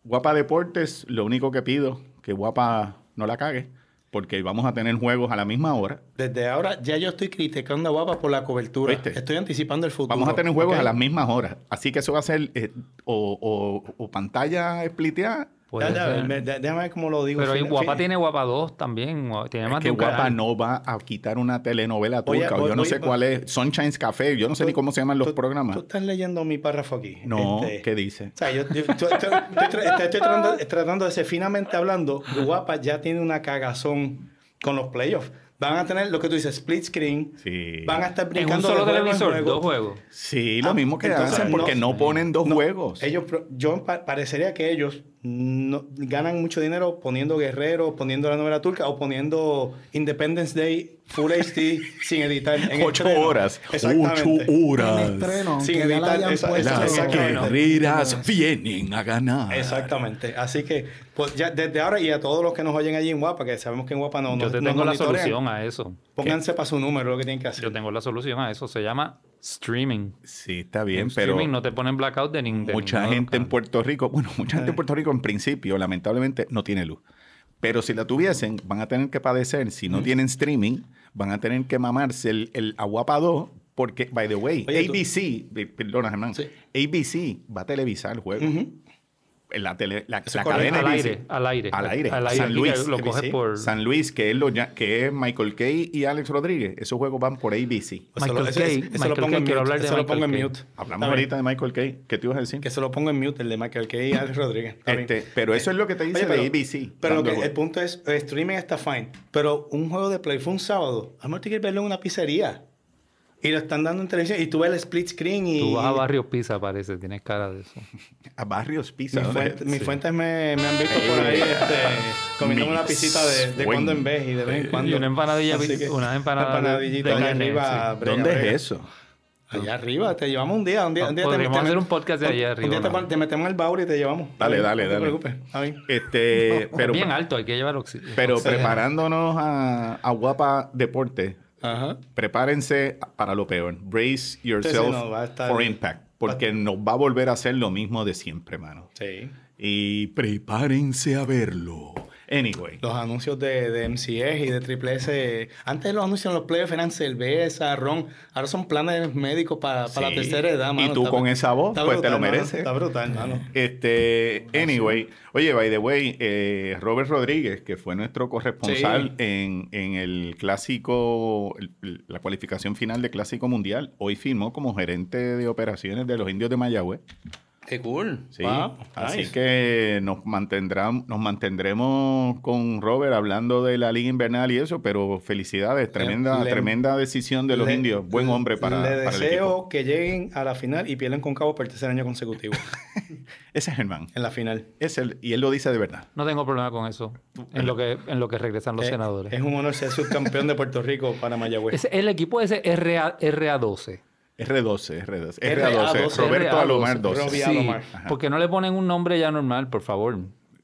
Speaker 1: Guapa Deportes, lo único que pido que Guapa no la cague, porque vamos a tener juegos a la misma hora.
Speaker 2: Desde ahora ya yo estoy criticando a Guapa por la cobertura.
Speaker 1: ¿Viste?
Speaker 2: Estoy anticipando el futuro.
Speaker 1: Vamos a tener juegos
Speaker 2: ¿ok?
Speaker 1: a las mismas horas. Así que eso va a ser eh, o, o- o pantalla spliteada
Speaker 3: Puede
Speaker 2: Ya, ya,
Speaker 3: ser.
Speaker 2: me- de- déjame ver cómo lo digo.
Speaker 3: Pero ahí
Speaker 2: Fin-
Speaker 3: Guapa
Speaker 2: fin-
Speaker 3: tiene Guapa 2 también. Guapa- Tiene
Speaker 1: Es
Speaker 3: más
Speaker 1: que
Speaker 3: de un
Speaker 1: Guapa
Speaker 3: canal.
Speaker 1: no va a quitar una telenovela
Speaker 2: Oye,
Speaker 1: turca, o
Speaker 2: voy-
Speaker 1: yo no
Speaker 2: voy-
Speaker 1: sé cuál es, Sunshine's Café, yo no sé ni cómo se llaman los
Speaker 2: Tú-
Speaker 1: programas.
Speaker 2: Tú estás leyendo mi párrafo aquí.
Speaker 1: no,
Speaker 2: Este,
Speaker 1: ¿qué dice?
Speaker 2: O sea, yo, yo- yo- yo- yo- yo- yo- estoy tratando, tratando de ser finamente hablando. Guapa ya tiene una cagazón con los playoffs. Van a tener lo que tú dices, split screen.
Speaker 1: Sí.
Speaker 2: Van a estar
Speaker 3: En
Speaker 2: brincando
Speaker 3: un solo
Speaker 2: de juego en
Speaker 3: televisor,
Speaker 2: juego.
Speaker 3: dos juegos.
Speaker 1: Sí, lo
Speaker 2: Ah,
Speaker 1: mismo que
Speaker 2: entonces
Speaker 1: hacen,
Speaker 2: no.
Speaker 1: porque no, ponen dos
Speaker 2: No,
Speaker 3: Pues
Speaker 1: juegos.
Speaker 2: Ellos, pro- yo pa- parecería que ellos no- ganan mucho dinero poniendo Guerrero, poniendo la novela turca o poniendo Independence Day Full HD sin editar. En
Speaker 1: Ocho
Speaker 2: estreno.
Speaker 1: horas. Ocho
Speaker 2: Exactamente.
Speaker 1: horas.
Speaker 5: En estreno, aunque
Speaker 2: Sin
Speaker 5: ya la
Speaker 2: editar,
Speaker 5: hayan
Speaker 2: esa-
Speaker 5: puesto.
Speaker 2: esa-
Speaker 1: Las
Speaker 2: Exactamente.
Speaker 1: guerreras vienen a ganar.
Speaker 2: Exactamente. Así que pues, ya desde ahora y a todos los que nos oyen allí en Guapa, que sabemos que en Guapa no
Speaker 3: Yo
Speaker 2: no-
Speaker 3: te
Speaker 2: no
Speaker 3: tengo la
Speaker 2: monitorean,
Speaker 3: solución a eso.
Speaker 2: Pónganse para su número lo que tienen que hacer.
Speaker 3: Yo tengo la solución a eso. Se llama streaming.
Speaker 1: Sí, está bien,
Speaker 3: En
Speaker 1: pero
Speaker 3: streaming no te ponen blackout de ningún
Speaker 1: mucha gente en Puerto Rico, bueno, mucha gente en Puerto Rico en principio, lamentablemente, no tiene luz. Pero si la tuviesen, van a tener que padecer. Si no tienen streaming, van a tener que mamarse el, el aguapado. Porque, by the way,
Speaker 2: Oye, tú-
Speaker 1: ABC, eh, perdona, Germán,
Speaker 2: Sí.
Speaker 1: ABC va a televisar el juego.
Speaker 2: Ujú.
Speaker 1: En La, tele, la,
Speaker 2: Eso
Speaker 1: la
Speaker 2: es correcto.
Speaker 1: cadena
Speaker 3: Al
Speaker 1: ABC.
Speaker 3: aire, al aire.
Speaker 1: Al aire.
Speaker 3: Al
Speaker 1: San
Speaker 3: Aquí
Speaker 1: Luis,
Speaker 3: Lo
Speaker 1: que
Speaker 3: coges
Speaker 2: sí.
Speaker 3: por.
Speaker 1: San Luis, que es, lo ya- que es Michael Kay y Alex Rodríguez. Esos juegos van por ABC.
Speaker 2: Eso lo-
Speaker 3: Michael
Speaker 2: eso-
Speaker 3: Kay,
Speaker 2: eso lo
Speaker 3: Michael
Speaker 2: pongo
Speaker 3: Kay,
Speaker 2: en mute,
Speaker 3: quiero hablar de
Speaker 2: eso lo
Speaker 3: Michael
Speaker 2: pongo en
Speaker 3: Kay.
Speaker 2: mute.
Speaker 1: Hablamos
Speaker 2: Está bien.
Speaker 1: ahorita de Michael Kay. ¿Qué te ibas a decir?
Speaker 2: Que se lo pongo en mute, el de Michael Kay y Alex Rodríguez. Está
Speaker 1: Este,
Speaker 2: bien.
Speaker 1: pero eso es lo que te dice
Speaker 2: Oye, pero-
Speaker 1: de ABC.
Speaker 2: Pero lo
Speaker 1: dando
Speaker 2: que,
Speaker 1: el
Speaker 2: el
Speaker 1: juego.
Speaker 2: punto es, el streaming está fine. Pero un juego de play fue un sábado. A lo mejor tú quieres verlo en una pizzería. Y lo están dando en televisión. Y tú ves el split screen y...
Speaker 3: Tú vas a Barrio Pisa, parece. Tienes cara de eso.
Speaker 1: a Barrios Pisa.
Speaker 2: Mis
Speaker 1: ¿dónde es?
Speaker 2: fuentes, mis
Speaker 1: Sí.
Speaker 2: fuentes me, me han visto por ahí este, comiéndome
Speaker 1: Mis
Speaker 2: una pisita de, de cuando en vez y de vez en cuando.
Speaker 3: Y una empanadilla,
Speaker 2: Así que,
Speaker 3: una empanada
Speaker 2: una empanadillita
Speaker 3: de
Speaker 2: allá
Speaker 3: carne,
Speaker 2: arriba.
Speaker 3: sí.
Speaker 2: brega,
Speaker 1: ¿Dónde es
Speaker 2: brega.
Speaker 1: eso?
Speaker 2: Allá arriba, te llevamos un día. Un día, un día te-
Speaker 3: Podríamos
Speaker 2: te-
Speaker 3: hacer un podcast de allá
Speaker 2: Un
Speaker 3: arriba,
Speaker 2: día te,
Speaker 3: ¿no?
Speaker 2: pon- te metemos en el baúl y te llevamos.
Speaker 1: Dale,
Speaker 2: Está
Speaker 1: dale,
Speaker 2: bien,
Speaker 1: dale.
Speaker 2: No te preocupes. está bien.
Speaker 1: Este, pero
Speaker 3: Bien alto, hay que llevar oxi-
Speaker 1: pero
Speaker 3: oxígeno.
Speaker 1: preparándonos a, a Guapa Deporte,
Speaker 2: Ajá.
Speaker 1: prepárense para lo peor. Brace yourself
Speaker 2: no, va a estar-
Speaker 1: for impact. Porque nos va a volver a hacer lo mismo de siempre, mano.
Speaker 2: Sí.
Speaker 1: Y prepárense a verlo. Anyway.
Speaker 2: Los anuncios de, de MCS y de Triple S. Antes los anuncios en los playoffs eran cerveza, ron. Ahora son planes médicos para, para
Speaker 1: Sí.
Speaker 2: la tercera edad,
Speaker 1: Y
Speaker 2: mano.
Speaker 1: tú con esa voz,
Speaker 2: está
Speaker 1: pues, te lo
Speaker 2: mano.
Speaker 1: mereces.
Speaker 2: Está brutal, hermano.
Speaker 1: Este, anyway, oye, by the way, eh, Robert Rodríguez, que fue nuestro corresponsal en, en el clásico, el- el- la cualificación final de Clásico Mundial, hoy firmó como gerente de operaciones de los indios de Mayagüez.
Speaker 2: Qué cool.
Speaker 1: Sí.
Speaker 2: Wow,
Speaker 1: Así
Speaker 2: Ah, nice.
Speaker 1: que nos, mantendrá, nos mantendremos con Robert hablando de la Liga Invernal y eso, pero felicidades, tremenda,
Speaker 2: le-
Speaker 1: tremenda decisión de los
Speaker 2: Le-
Speaker 1: indios. Buen hombre para,
Speaker 2: Le
Speaker 1: para el equipo.
Speaker 2: deseo que lleguen a la final y pierdan con Cabo por tercer año consecutivo
Speaker 1: Ese es Germán.
Speaker 2: en la final.
Speaker 1: Es el, y él lo dice de verdad.
Speaker 3: No tengo problema con eso. En lo que, en lo que regresan los
Speaker 2: Eh,
Speaker 3: senadores.
Speaker 2: Es un honor ser subcampeón de Puerto Rico para
Speaker 1: pues.
Speaker 2: Mayagüez.
Speaker 3: Ese- el equipo ese es RA, RA12.
Speaker 1: R12, R12, R12,
Speaker 2: RA12,
Speaker 1: Roberto
Speaker 3: RA12.
Speaker 1: Alomar 12.
Speaker 2: Robbie
Speaker 3: Sí,
Speaker 2: Alomar.
Speaker 3: porque no le ponen un nombre ya normal, por favor.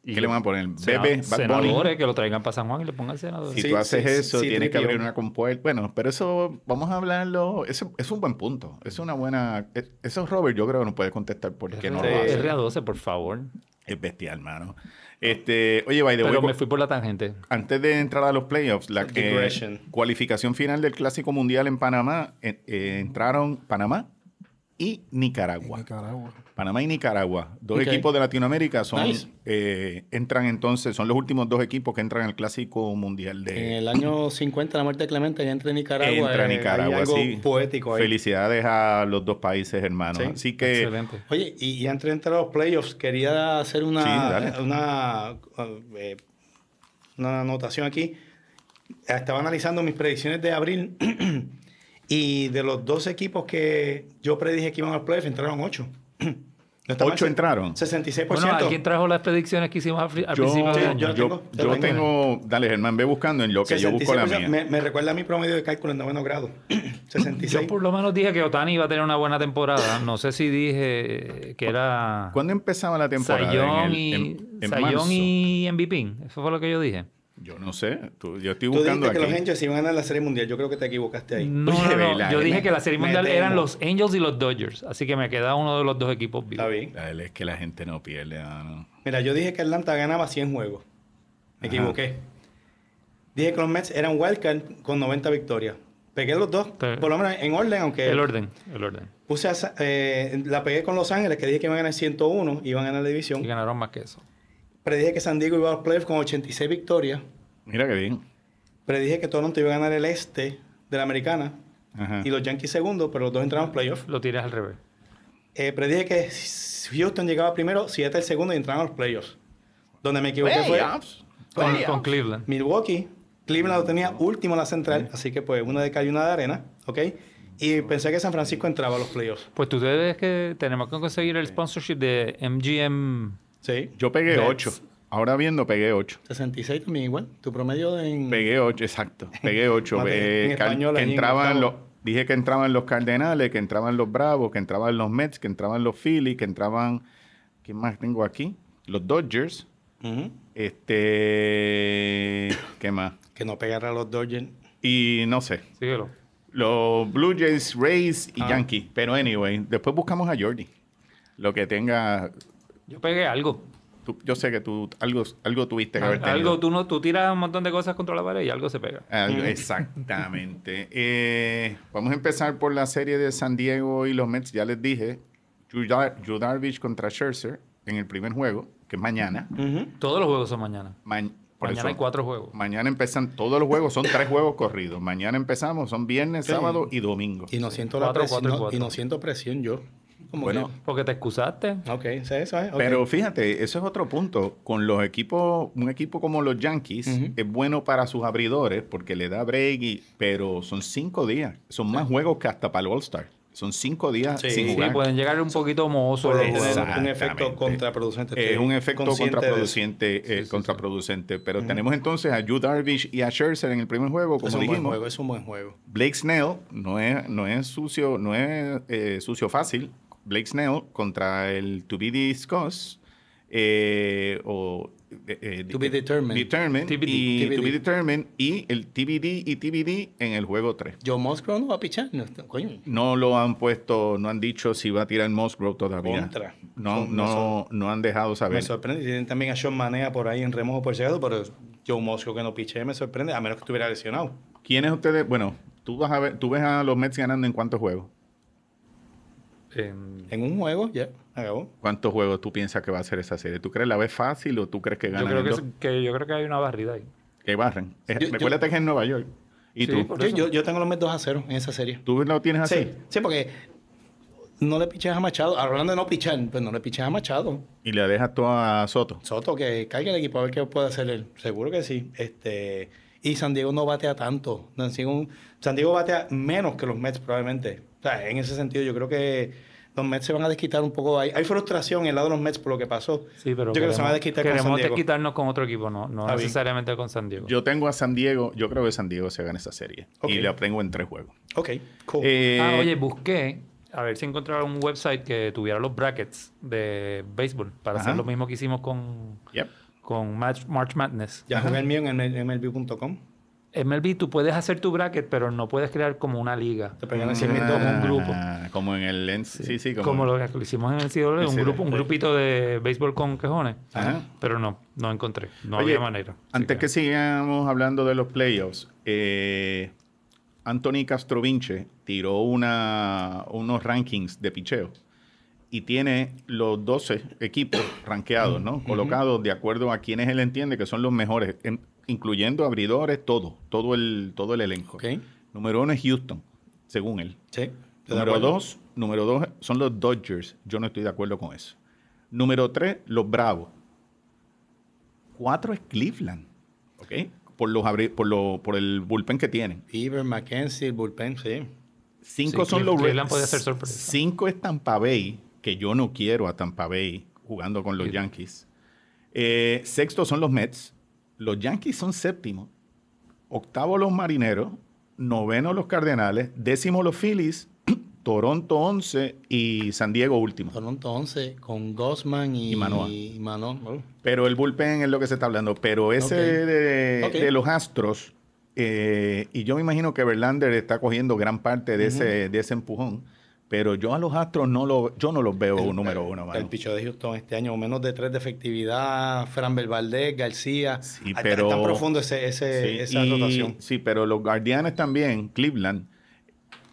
Speaker 3: Y
Speaker 1: ¿Qué le van a poner?
Speaker 3: sena-
Speaker 1: Bebe, Bad Bunny.
Speaker 3: senadores que lo traigan para San Juan y le pongan senador.
Speaker 1: Si
Speaker 2: Sí,
Speaker 1: tú haces
Speaker 2: sí,
Speaker 1: eso,
Speaker 2: sí,
Speaker 1: tienes que
Speaker 2: tripio.
Speaker 1: abrir una compuerta. Bueno, pero eso, vamos a hablarlo. Eso es un buen punto. Es una buena. es- Eso Robert, yo creo que no puede contestar porque no lo
Speaker 2: Sí.
Speaker 1: hace.
Speaker 3: RA12, por favor.
Speaker 1: Es bestial, hermano. Este, oye, by the way,
Speaker 3: Pero me fui por la tangente.
Speaker 1: antes de entrar a los playoffs, la eh,
Speaker 2: Digression.
Speaker 1: cualificación final del Clásico Mundial en Panamá, en- eh, entraron Panamá y Nicaragua.
Speaker 5: Nicaragua.
Speaker 1: Panamá y Nicaragua, dos
Speaker 2: Ok.
Speaker 1: equipos de Latinoamérica, son
Speaker 2: Nice.
Speaker 1: eh, entran entonces, son los últimos dos equipos que entran al clásico mundial
Speaker 2: En
Speaker 1: de
Speaker 2: el año 50, la muerte de Clemente, ya entra en Nicaragua.
Speaker 1: entra
Speaker 2: eh,
Speaker 1: Nicaragua.
Speaker 2: Hay algo
Speaker 1: sí.
Speaker 2: poético ahí.
Speaker 1: Felicidades a los dos países hermanos.
Speaker 2: Sí,
Speaker 1: Así que
Speaker 3: Excelente.
Speaker 2: Oye, y, y antes de entrar a los playoffs, quería hacer una,
Speaker 1: Sí, dale.
Speaker 2: una, eh, una anotación aquí. Estaba analizando mis predicciones de abril y de los 12 equipos que yo predije que iban a los playoffs, entraron 8.
Speaker 1: ¿Ocho entraron?
Speaker 2: 66%.
Speaker 3: Bueno, alguien trajo las predicciones que hicimos al, fri- al
Speaker 1: yo,
Speaker 3: principio del
Speaker 2: sí,
Speaker 3: año.
Speaker 2: yo la
Speaker 1: yo-
Speaker 2: tengo,
Speaker 1: yo
Speaker 2: la tengo.
Speaker 1: tengo- dale Germán, ve buscando en lo que yo busco la
Speaker 2: 66%,
Speaker 1: mía.
Speaker 2: Me, me recuerda a mi promedio de cálculo en noveno grado. 66.
Speaker 3: Yo por lo menos dije que Otani iba a tener una buena temporada. No sé si dije que era
Speaker 1: ¿Cuándo empezaba la temporada?
Speaker 3: Sayón
Speaker 1: En el-
Speaker 3: y,
Speaker 1: en- en
Speaker 3: Sayón
Speaker 1: marzo.
Speaker 3: y MVP. Eso fue lo que yo dije.
Speaker 1: Yo no sé, tú- yo estoy
Speaker 2: Tú
Speaker 1: buscando
Speaker 2: dijiste que los
Speaker 1: aquí.
Speaker 2: Angels iban a ganar la Serie Mundial. Yo creo que te equivocaste ahí.
Speaker 3: No,
Speaker 1: Oye,
Speaker 3: no, no.
Speaker 1: Vela,
Speaker 3: yo
Speaker 1: me-
Speaker 3: dije que la serie
Speaker 2: me
Speaker 3: mundial eran
Speaker 2: temo.
Speaker 3: los Angels y los Dodgers. Así que me queda uno de los dos equipos vivos.
Speaker 2: Está bien.
Speaker 1: La verdad Es que la gente no pierde. mano.
Speaker 2: Mira, yo dije que Atlanta ganaba 100 juegos. Me
Speaker 1: Ajá.
Speaker 2: equivoqué. Dije que los Mets eran wildcard con 90 victorias. Pegué los dos,
Speaker 3: Sí.
Speaker 2: por lo menos en orden, aunque
Speaker 3: El orden, el orden.
Speaker 2: puse a Sa- eh, la pegué con Los Ángeles, que dije que iban a ganar 101, iban a ganar la
Speaker 3: Y
Speaker 2: división.
Speaker 3: ganaron más que eso.
Speaker 2: Predije que San Diego iba a los playoffs con 86 victorias.
Speaker 1: Mira qué bien.
Speaker 2: Predije que Toronto iba a ganar el este de la americana
Speaker 1: Ajá.
Speaker 3: Ah.
Speaker 2: y los Yankees segundo, pero los dos entraron en playoffs.
Speaker 3: Lo tiras al revés.
Speaker 2: Eh, predije que Houston llegaba primero, Seattle el segundo y entraron a los playoffs. Donde me equivoqué fue
Speaker 1: Playoffs.
Speaker 3: Con,
Speaker 1: Playoffs.
Speaker 3: con Cleveland.
Speaker 2: Milwaukee, Cleveland lo tenía último en la central, así que pues una de cal y una de arena, ¿ok? Y pensé que San Francisco entraba a los playoffs.
Speaker 3: Pues tú debes que tenemos que conseguir el sponsorship de MGM.
Speaker 2: Sí.
Speaker 1: Yo pegué
Speaker 3: Bets.
Speaker 1: 8. Ahora viendo, pegué 8.
Speaker 2: 66 también igual. Tu promedio en...
Speaker 1: Pegué 8, exacto. Pegué 8.
Speaker 2: Mate, en español,
Speaker 1: que
Speaker 2: allí en
Speaker 1: entraban los,
Speaker 2: octavo.
Speaker 1: dije que entraban los Cardenales, que entraban los Bravos, que entraban los Mets, que entraban los Phillies, que entraban. ¿Quién más tengo aquí? Los Dodgers.
Speaker 2: Ujú.
Speaker 1: Este. ¿Qué más?
Speaker 2: Que no pegara a los Dodgers.
Speaker 1: Y no sé.
Speaker 3: Síguelo.
Speaker 1: Los Blue Jays, Rays y
Speaker 2: Ah.
Speaker 1: Yankees. Pero anyway, después buscamos a Jordi. Lo que tenga.
Speaker 3: Yo pegué algo.
Speaker 1: tú- yo sé que tú algo, algo tuviste
Speaker 2: Ah,
Speaker 1: que haber
Speaker 3: Al-
Speaker 1: tenido.
Speaker 3: Algo, tú, no, tú tiras un montón de cosas contra la pared y algo se pega.
Speaker 1: Algo- Ah, exactamente. Eh, vamos a empezar por la serie de San Diego y los Mets. Ya les dije, Yu Dar- Yu Darvish contra Scherzer en el primer juego, que es mañana.
Speaker 2: Ujú.
Speaker 3: Todos los juegos son mañana.
Speaker 1: Ma- por
Speaker 3: mañana
Speaker 1: eso,
Speaker 3: hay cuatro juegos.
Speaker 1: Mañana empiezan todos los juegos, son tres juegos corridos. Mañana empezamos, son viernes,
Speaker 2: Sí.
Speaker 1: sábado y domingo.
Speaker 2: Y no siento la
Speaker 3: Cuatro,
Speaker 2: presión.
Speaker 3: cuatro y
Speaker 2: no-
Speaker 3: cuatro.
Speaker 2: y no siento presión yo. Como
Speaker 1: Bueno,
Speaker 3: Porque te excusaste.
Speaker 2: que- Ok, ¿sí? eso es. ok.
Speaker 1: Pero fíjate, eso es otro punto. Con los equipos, un equipo como los Yankees
Speaker 2: Ujú.
Speaker 1: es bueno para sus abridores porque le da break, y- pero son cinco días. Son más juegos que hasta para el All-Star. Son cinco días
Speaker 2: Sí.
Speaker 1: sin
Speaker 3: Sí,
Speaker 1: jugar.
Speaker 3: pueden llegar un poquito mohosos los
Speaker 2: Puede
Speaker 3: juegos.
Speaker 2: tener un
Speaker 1: Exactamente.
Speaker 2: efecto contraproducente.
Speaker 1: es
Speaker 2: estoy
Speaker 1: un efecto
Speaker 2: consciente de eso.
Speaker 1: contraproducente, eh,
Speaker 3: Sí, sí,
Speaker 1: contraproducente. Pero tenemos entonces a Yu Darvish y a Scherzer en el primer juego, como
Speaker 2: Es un buen
Speaker 1: dijimos.
Speaker 2: juego, es un buen juego.
Speaker 1: Blake Snell no es, no es sucio, no es eh, sucio fácil. Blake Snell contra el To Be Discussed eh, o eh, eh,
Speaker 2: To be determined.
Speaker 1: Determined
Speaker 3: TBD.
Speaker 1: y To Be
Speaker 2: TBD.
Speaker 1: Determined y el TBD y TBD en el juego 3.
Speaker 2: Joe Musgrove no va a pichar. No, está- coño.
Speaker 1: No lo han puesto, no han dicho si va a tirar Musgrove todavía.
Speaker 2: Contra.
Speaker 1: No,
Speaker 2: Son-
Speaker 1: no, no han dejado
Speaker 2: Me
Speaker 1: saber.
Speaker 2: sorprende. Tienen también a Sean Manea por ahí en remojo por llegado, pero Joe Mosco que no piche me sorprende, a menos que estuviera lesionado.
Speaker 1: ¿Quiénes ustedes? Bueno, tú vas a ver, tú ves a los Mets ganando en cuántos juegos.
Speaker 3: En-
Speaker 2: En un juego, ya, acabó.
Speaker 1: ¿Cuántos juegos tú piensas que va a ser esa serie? ¿Tú crees la ves fácil o tú crees que
Speaker 3: yo,
Speaker 1: ganan?
Speaker 3: creo
Speaker 1: en
Speaker 3: que,
Speaker 1: dos?
Speaker 3: es- que yo creo que hay una barrida ahí.
Speaker 1: Que barren. Eh,
Speaker 2: Yo- yo-
Speaker 1: Recuérdate que es en Nueva York. ¿Y
Speaker 3: Sí,
Speaker 1: tú?
Speaker 3: por-
Speaker 2: Yo,
Speaker 3: eso. Ah,
Speaker 2: yo, yo tengo los Mets 2 a 0 en esa serie.
Speaker 1: ¿Tú lo tienes así?
Speaker 2: Sí, sí, porque no le piches a Machado. Hablando de no pichar, pues no le piches a Machado.
Speaker 1: Y le dejas todo a Soto.
Speaker 2: Soto, que caiga el equipo a ver qué puede hacer él. Seguro que sí. Este, y San Diego no batea tanto. San Diego, San Diego batea menos que los Mets, probablemente. O sea, en ese sentido, yo creo que los Mets se van a desquitar un poco. Hay, hay frustración en el lado de los Mets por lo que pasó.
Speaker 3: Sí, pero
Speaker 2: yo creo que se van a desquitar con
Speaker 3: queremos
Speaker 2: San Diego.
Speaker 3: desquitarnos con otro equipo, no, no
Speaker 2: Está bien.
Speaker 3: necesariamente con San Diego.
Speaker 1: Yo tengo a San Diego. Yo creo que San Diego se gana esa serie.
Speaker 2: Ok.
Speaker 1: Y la tengo en tres juegos.
Speaker 2: Ok, cool.
Speaker 1: Eh,
Speaker 3: ah, oye, busqué a ver si encontraba un website que tuviera los brackets de béisbol para
Speaker 1: Ajá.
Speaker 3: hacer lo mismo que hicimos con,
Speaker 1: yep.
Speaker 3: con Match- March Madness.
Speaker 2: ya jugué el mío en el MLB.com.
Speaker 3: MLB, tú puedes hacer tu bracket, pero no puedes crear como una liga.
Speaker 2: Te pegan
Speaker 3: Sí, me tomo
Speaker 1: Ah,
Speaker 3: un grupo.
Speaker 1: Como en el... en- Sí, sí. como,
Speaker 3: Como lo que hicimos en el CW, un,
Speaker 1: Sí,
Speaker 3: grupo, un
Speaker 1: sí.
Speaker 3: grupito de béisbol con quejones.
Speaker 1: Ajá.
Speaker 3: Pero no, no encontré. No
Speaker 1: Oye,
Speaker 3: había manera. Así
Speaker 1: Antes que sigamos hablando de los playoffs, eh, Anthony Castrovinche tiró una, unos rankings de picheo y tiene los 12 equipos rankeados, ¿no? Colocados de acuerdo a quienes él entiende que son los mejores, en- incluyendo abridores, todo, todo el, todo el elenco.
Speaker 2: Ok.
Speaker 1: Número uno es Houston, según él.
Speaker 2: Sí. estoy de
Speaker 1: Número
Speaker 2: acuerdo.
Speaker 1: dos, número dos son los Dodgers. Yo no estoy de acuerdo con eso. Número tres, los Bravos. Cuatro es Cleveland. ¿Ok? Por, los, abri- por, lo- por el bullpen que tienen.
Speaker 2: Bieber, Mackenzie, el bullpen, sí.
Speaker 1: Cinco
Speaker 3: Sí,
Speaker 1: son
Speaker 3: Cle-
Speaker 1: los
Speaker 3: Cleveland podía
Speaker 1: Red
Speaker 3: ser sorpresa.
Speaker 1: Cinco es Tampa Bay, que yo no quiero a Tampa Bay jugando con los
Speaker 3: Sí.
Speaker 1: Yankees. Eh, sexto son los Mets. Los Yankees son séptimo. Octavo los Marineros. Noveno los Cardenales. Décimo los Phillies. Toronto 11 y San Diego último.
Speaker 2: Toronto 11 con Gosman y,
Speaker 1: Y Manoa.
Speaker 2: y Manoa. Oh.
Speaker 1: Pero el bullpen es lo que se está hablando. Pero ese
Speaker 2: Ok.
Speaker 1: de,
Speaker 2: Ok.
Speaker 1: de los Astros, eh, y yo me imagino que Verlander está cogiendo gran parte de, ese, de ese empujón. Pero yo a los Astros no lo, yo no los veo
Speaker 2: El-
Speaker 1: número
Speaker 2: el-
Speaker 1: uno, mano.
Speaker 2: El picho de Houston este año, menos de tres de efectividad, Fran Valdez, García.
Speaker 1: Sí,
Speaker 2: Está-
Speaker 1: pero-
Speaker 2: Está profundo ese, ese-
Speaker 1: Sí,
Speaker 2: esa
Speaker 1: y-
Speaker 2: rotación.
Speaker 1: Sí, pero los Guardianes también, Cleveland,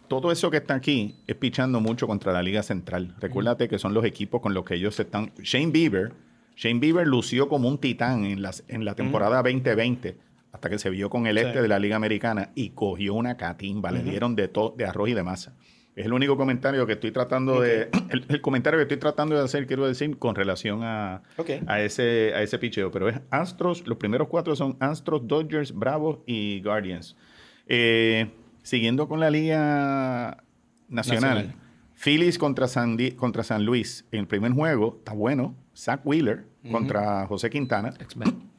Speaker 1: todo eso que está aquí es pichando mucho contra la Liga Central. Recuérdate que son los equipos con los que ellos están. Shane Bieber, Shane Bieber lució como un titán en, las, en la temporada 2020, hasta que se vio con el este
Speaker 2: Sí.
Speaker 1: de la Liga Americana y cogió una catimba, le dieron de, to- de arroz y de masa. Es el único comentario que estoy tratando de. El, el comentario que estoy tratando de hacer, quiero decir, con relación a,
Speaker 2: Ok.
Speaker 1: a ese, a ese picheo. Pero es Astros, los primeros cuatro son Astros, Dodgers, Bravos y Guardians. Eh, siguiendo con la Liga Nacional,
Speaker 2: Nacional.
Speaker 1: Phillies contra San, Di- contra San Luis. En el primer juego está bueno. Zach Wheeler contra José Quintana.
Speaker 3: X-Men.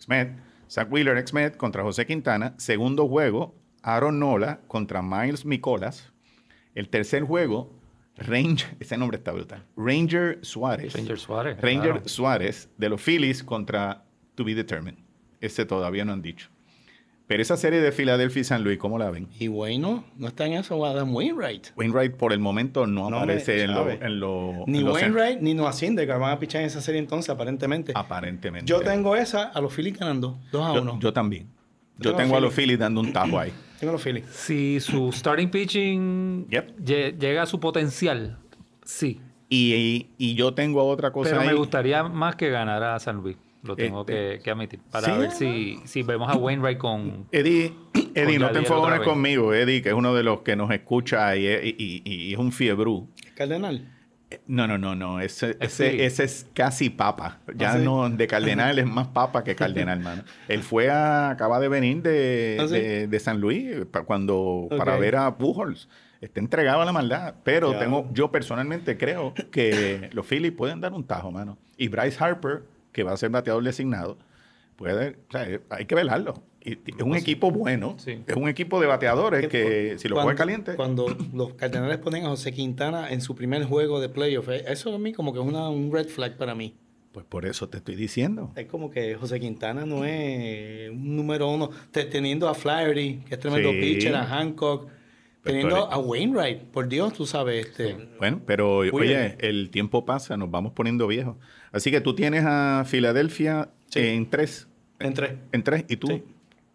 Speaker 1: Xmed. Zach Wheeler, Xmed contra José Quintana. Segundo juego, Aaron Nola contra Miles Micolas. El tercer juego, Ranger, ese nombre está brutal. Ranger Suárez.
Speaker 3: Ranger Suárez.
Speaker 1: Ranger
Speaker 3: claro.
Speaker 1: Suárez de los Phillies contra To Be Determined. Ese todavía no han dicho. Pero esa serie de Filadelfia y San Luis, ¿cómo la ven?
Speaker 2: Y Wayno, no está en eso, Adam Wainwright.
Speaker 1: Wainwright por el momento no,
Speaker 2: No me
Speaker 1: aparece en lo,
Speaker 2: sabe.
Speaker 1: en lo-
Speaker 2: Ni
Speaker 1: en los-
Speaker 2: Wainwright ni Noacinder, que van a pichar en esa serie entonces, aparentemente.
Speaker 1: Aparentemente.
Speaker 2: Yo tengo esa a los Phillies ganando, 2 a
Speaker 1: Yo-
Speaker 2: 1.
Speaker 1: Yo, también. Yo
Speaker 2: Yo
Speaker 1: tengo a los
Speaker 2: Phillies.
Speaker 1: Phillies dando un tajo ahí.
Speaker 2: tengo los Phillies.
Speaker 3: Si su starting pitching
Speaker 1: Yep.
Speaker 3: lle- llega a su potencial, sí.
Speaker 1: Y, y- y yo tengo otra cosa
Speaker 3: Pero me
Speaker 1: Pues ahí.
Speaker 3: gustaría más que ganara San Luis. Lo tengo
Speaker 1: Este-
Speaker 3: que, que admitir. Para
Speaker 1: Sí,
Speaker 3: ver si, si vemos a Wainwright con.
Speaker 1: Eddie, Eddie no
Speaker 3: Yadier
Speaker 1: te
Speaker 3: otra
Speaker 1: enfogones
Speaker 3: vez.
Speaker 1: conmigo, Eddie, que es uno de los que nos escucha y, es- y- y- y es un fiebrú.
Speaker 2: Cardenal.
Speaker 1: No, no, no, no. Ese,
Speaker 3: Es
Speaker 1: ese,
Speaker 3: Philly.
Speaker 1: ese es casi papa. Ya
Speaker 2: ¿Ah, sí?
Speaker 1: no, de Cardenal es más papa que Cardenal, mano. Él fue a, acaba de venir de,
Speaker 2: ¿Ah, sí?
Speaker 1: de- de San Luis eh, pa- cuando para
Speaker 2: Ok.
Speaker 1: ver a Pujols. Está entregado a la maldad. Pero
Speaker 2: Ya.
Speaker 1: tengo, yo personalmente creo que los Phillies pueden dar un tajo, mano. Y Bryce Harper, que va a ser bateador designado, puede, o sea, eh, hay que velarlo. Y- y
Speaker 2: ¿Ah,
Speaker 1: Es un equipo bueno.
Speaker 3: Sí.
Speaker 1: Es un equipo de bateadores que
Speaker 2: Cuando-
Speaker 1: si lo juega
Speaker 2: cuando-
Speaker 1: caliente.
Speaker 2: Cuando los Cardenales ponen a José Quintana en su primer juego de playoff, eh, eso a mí como que es una, un red flag para mí.
Speaker 1: Pues por eso te estoy diciendo.
Speaker 2: Es como que José Quintana no es un número uno. Te- teniendo a Flaherty, que es tremendo
Speaker 1: Sí.
Speaker 2: pitcher, a Hancock,
Speaker 1: Pero
Speaker 2: teniendo
Speaker 1: tú eres-
Speaker 2: a Wainwright, por Dios, tú sabes, este.
Speaker 1: Bueno, pero oye,
Speaker 2: bien.
Speaker 1: el tiempo pasa, nos vamos poniendo viejos. Así que tú tienes a Filadelfia
Speaker 2: Sí.
Speaker 1: en tres,
Speaker 2: Entre.
Speaker 1: en tres, y tú
Speaker 2: Sí.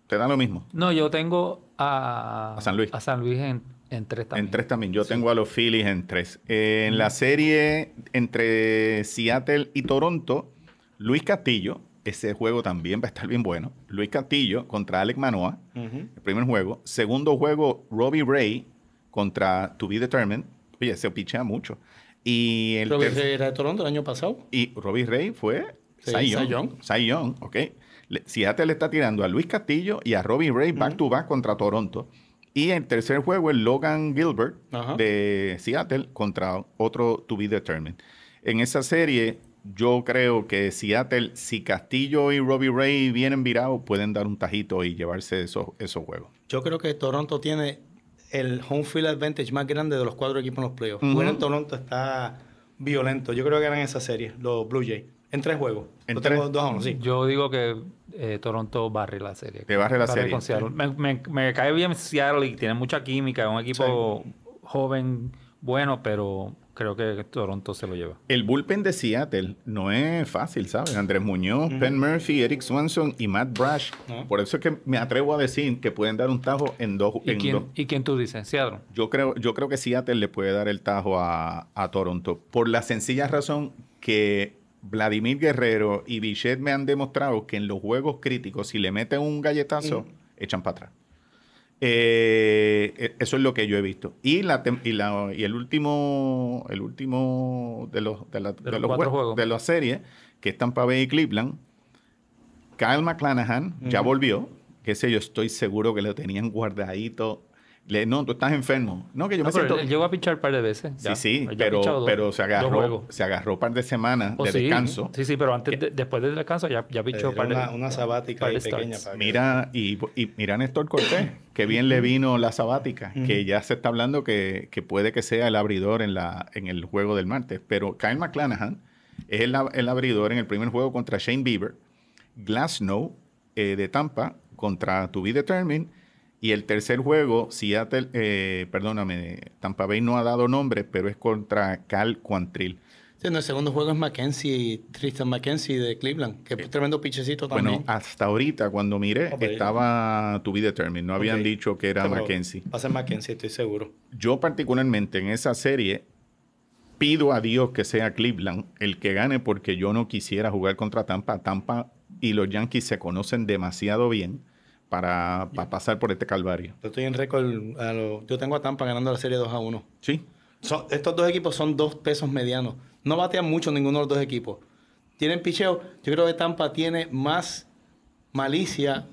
Speaker 1: te da lo mismo.
Speaker 3: No, yo tengo a,
Speaker 1: A San Luis.
Speaker 3: a San Luis en, en tres también.
Speaker 1: En tres también. Yo tengo a los Phillies en tres. Eh, en la serie entre Seattle y Toronto, Luis Castillo, ese juego también va a estar bien bueno. Luis Castillo contra Alec Manoa,
Speaker 2: Ujú.
Speaker 1: el primer juego. Segundo juego, Robbie Ray contra To Be Determined. Oye, se pichea mucho. Y el
Speaker 2: Creo que
Speaker 1: tercer-
Speaker 2: era de Toronto el año pasado.
Speaker 1: Y Robbie Ray fue
Speaker 2: Sí,
Speaker 1: Cy
Speaker 2: Cy
Speaker 1: Young.
Speaker 2: Young.
Speaker 1: Cy Young, ok. Le- Seattle le está tirando a Luis Castillo y a Robbie Ray back to back contra Toronto. Y el tercer juego es Logan Gilbert
Speaker 2: Ajá.
Speaker 1: de Seattle contra otro to be determined. En esa serie, yo creo que Seattle, si Castillo y Robbie Ray vienen virados, pueden dar un tajito y llevarse esos, esos juegos.
Speaker 2: Yo creo que Toronto tiene el home field advantage más grande de los cuatro equipos en los playoffs.
Speaker 1: Ujú.
Speaker 2: Jugar en Toronto está violento. Yo creo que ganan esa serie, los Blue Jays. En tres juegos.
Speaker 1: En
Speaker 2: Lo tengo
Speaker 1: tres.
Speaker 2: dos a uno, sí.
Speaker 3: Yo digo que eh, Toronto barre la serie.
Speaker 1: Que barre la serie.
Speaker 3: con Seattle. Me, me- me cae bien Seattle y tiene mucha química. Es un equipo joven, bueno, pero creo que Toronto se lo lleva.
Speaker 1: El bullpen de Seattle no es fácil, ¿sabes? Andrés Muñoz, Penn Murphy, Eric Swanson y Matt Brash.
Speaker 3: Ah.
Speaker 2: Ujú.
Speaker 1: Por eso es que me atrevo a decir que pueden dar un tajo en dos.
Speaker 3: ¿Y
Speaker 1: en dos.
Speaker 3: quién, ¿Y quién tú dices? Seattle.
Speaker 1: Yo creo, yo creo que Seattle le puede dar el tajo a, a Toronto por la sencilla razón que Vladimir Guerrero y Bichette me han demostrado que en los juegos críticos, si le meten un galletazo, echan para atrás. Eh, e- eso es lo que yo he visto. Y, la, tem- y, la- y el último, el último de los, de la- de
Speaker 3: los
Speaker 1: los
Speaker 3: cuatro
Speaker 1: jue-
Speaker 3: juegos.
Speaker 1: de las series, que es Tampa Bay y Cleveland, Kyle McClanahan ya volvió. Que sé yo, estoy seguro que lo tenían guardadito. Le- no, tú estás enfermo. No, que yo me
Speaker 3: No, Ah, pero
Speaker 1: siento.
Speaker 3: él llegó a pinchar un par de veces. ya.
Speaker 1: sí, sí,
Speaker 3: Él ya ha
Speaker 1: pero,
Speaker 3: pichado dos-
Speaker 1: pero se
Speaker 3: dos
Speaker 1: agarró,
Speaker 3: juegos.
Speaker 1: se agarró un par de semanas
Speaker 3: Oh,
Speaker 1: de
Speaker 3: sí,
Speaker 1: descanso.
Speaker 3: Sí, sí, pero antes de- después del descanso ya, ya
Speaker 2: Le
Speaker 3: pichó un par de
Speaker 2: dieron una, una sabática
Speaker 3: par
Speaker 2: ahí
Speaker 3: de
Speaker 2: pequeña.
Speaker 3: starts.
Speaker 2: para que-
Speaker 1: Mira, y, y mira a Néstor Cortés, que bien le vino la sabática, que ya se está hablando que, que puede que sea el abridor en, la, en el juego del martes. Pero Kyle McClanahan es el, ab- el abridor en el primer juego contra Shane Bieber, Glasnow eh, de Tampa contra To Be Determined. Y el tercer juego, Seattle, eh, perdóname, Tampa Bay no ha dado nombre, pero es contra Cal Quantrill.
Speaker 2: Sí, en el segundo juego es Mackenzie, Tristan Mackenzie de Cleveland, que es tremendo pichecito también.
Speaker 1: Bueno, hasta ahorita cuando miré,
Speaker 2: Ok.
Speaker 1: estaba To Be Determined. No habían
Speaker 2: Ok.
Speaker 1: dicho que era
Speaker 2: Pero
Speaker 1: Mackenzie.
Speaker 2: Va a ser Mackenzie, estoy seguro.
Speaker 1: yo particularmente en esa serie pido a Dios que sea Cleveland el que gane porque yo no quisiera jugar contra Tampa. Tampa y los Yankees se conocen demasiado bien para, para pasar por este calvario.
Speaker 2: Yo estoy en récord. a lo- yo tengo a Tampa ganando la serie 2 a 1.
Speaker 1: Sí.
Speaker 2: Son- estos dos equipos son dos pesos medianos. No batean mucho ninguno de los dos equipos. Tienen picheo. Yo creo que Tampa tiene más malicia.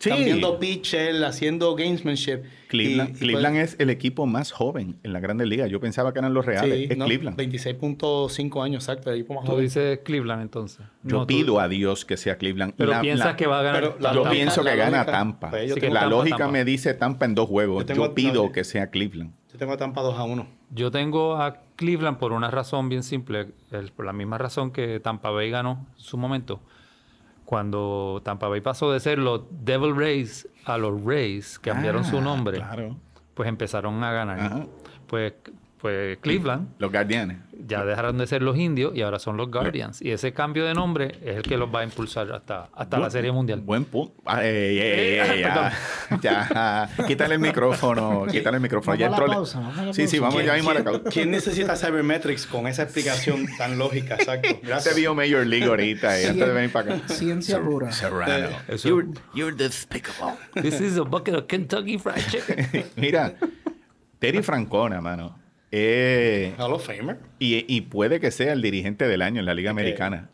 Speaker 1: Sí.
Speaker 2: Cambiando pitcher, haciendo gamesmanship.
Speaker 1: Cleveland,
Speaker 2: Y- pues y
Speaker 1: Cleveland
Speaker 2: pueden-
Speaker 1: es el equipo más joven en la Grandes Ligas. Yo pensaba que eran los reales.
Speaker 2: sí,
Speaker 1: es
Speaker 2: no,
Speaker 1: Cleveland.
Speaker 2: 26.5 años, exacto. El equipo más
Speaker 3: Tú
Speaker 2: joven.
Speaker 3: dices Cleveland entonces.
Speaker 1: Yo
Speaker 3: No, tú-
Speaker 1: pido a Dios que sea Cleveland.
Speaker 3: Pero
Speaker 1: La-
Speaker 3: piensas
Speaker 1: la-
Speaker 3: que va a ganar.
Speaker 2: pero la
Speaker 1: yo
Speaker 2: Tampa-
Speaker 1: pienso que
Speaker 2: la
Speaker 1: gana
Speaker 2: lógica-
Speaker 1: Tampa.
Speaker 2: pues yo
Speaker 3: Sí,
Speaker 2: tengo-
Speaker 1: la
Speaker 3: Tampa,
Speaker 1: lógica
Speaker 3: Tampa.
Speaker 1: me dice Tampa en dos juegos.
Speaker 2: Yo tengo-
Speaker 1: yo pido
Speaker 2: no, yo-
Speaker 1: que sea Cleveland.
Speaker 2: Yo tengo a Tampa 2 a 1.
Speaker 3: Yo tengo a Cleveland por una razón bien simple, el- por la misma razón que Tampa Bay ganó en su momento. Cuando Tampa Bay pasó de ser los Devil Rays a los Rays, cambiaron su
Speaker 1: Ah,
Speaker 3: nombre,
Speaker 1: Claro.
Speaker 3: pues empezaron a ganar.
Speaker 1: Ajá.
Speaker 3: Pues, pues Cleveland
Speaker 1: Los Guardianes.
Speaker 3: ya dejaron de ser los indios y ahora son los Guardians. Y ese cambio de nombre es el que los va a impulsar hasta, hasta la
Speaker 1: Bu-
Speaker 3: Serie Mundial.
Speaker 1: Buen punto. Ah, ey, ey,
Speaker 3: Eh,
Speaker 1: ey, ya, ya. ah, Quítale el micrófono. Quítale el micrófono.
Speaker 5: Vamos
Speaker 1: Ya
Speaker 5: a la
Speaker 1: entró el-
Speaker 5: pausa, vamos a la
Speaker 1: sí, sí,
Speaker 5: pausa.
Speaker 1: vamos ya mismo a la
Speaker 2: ¿Quién-
Speaker 1: pausa.
Speaker 2: ¿Quién necesita Cybermetrics con esa explicación tan lógica? Exacto.
Speaker 1: Se
Speaker 2: Gracias.
Speaker 1: vio Major League ahorita eh, antes de venir para acá.
Speaker 5: Ciencia pura. Eh,
Speaker 1: Serrano.
Speaker 3: Eso- This is a bucket of Kentucky Fried Chicken.
Speaker 1: Mira, Terry Francona, mano. Eh,
Speaker 2: Hall of Famer.
Speaker 1: y, y puede que sea el dirigente del año en la
Speaker 5: Eh,
Speaker 1: Liga Americana.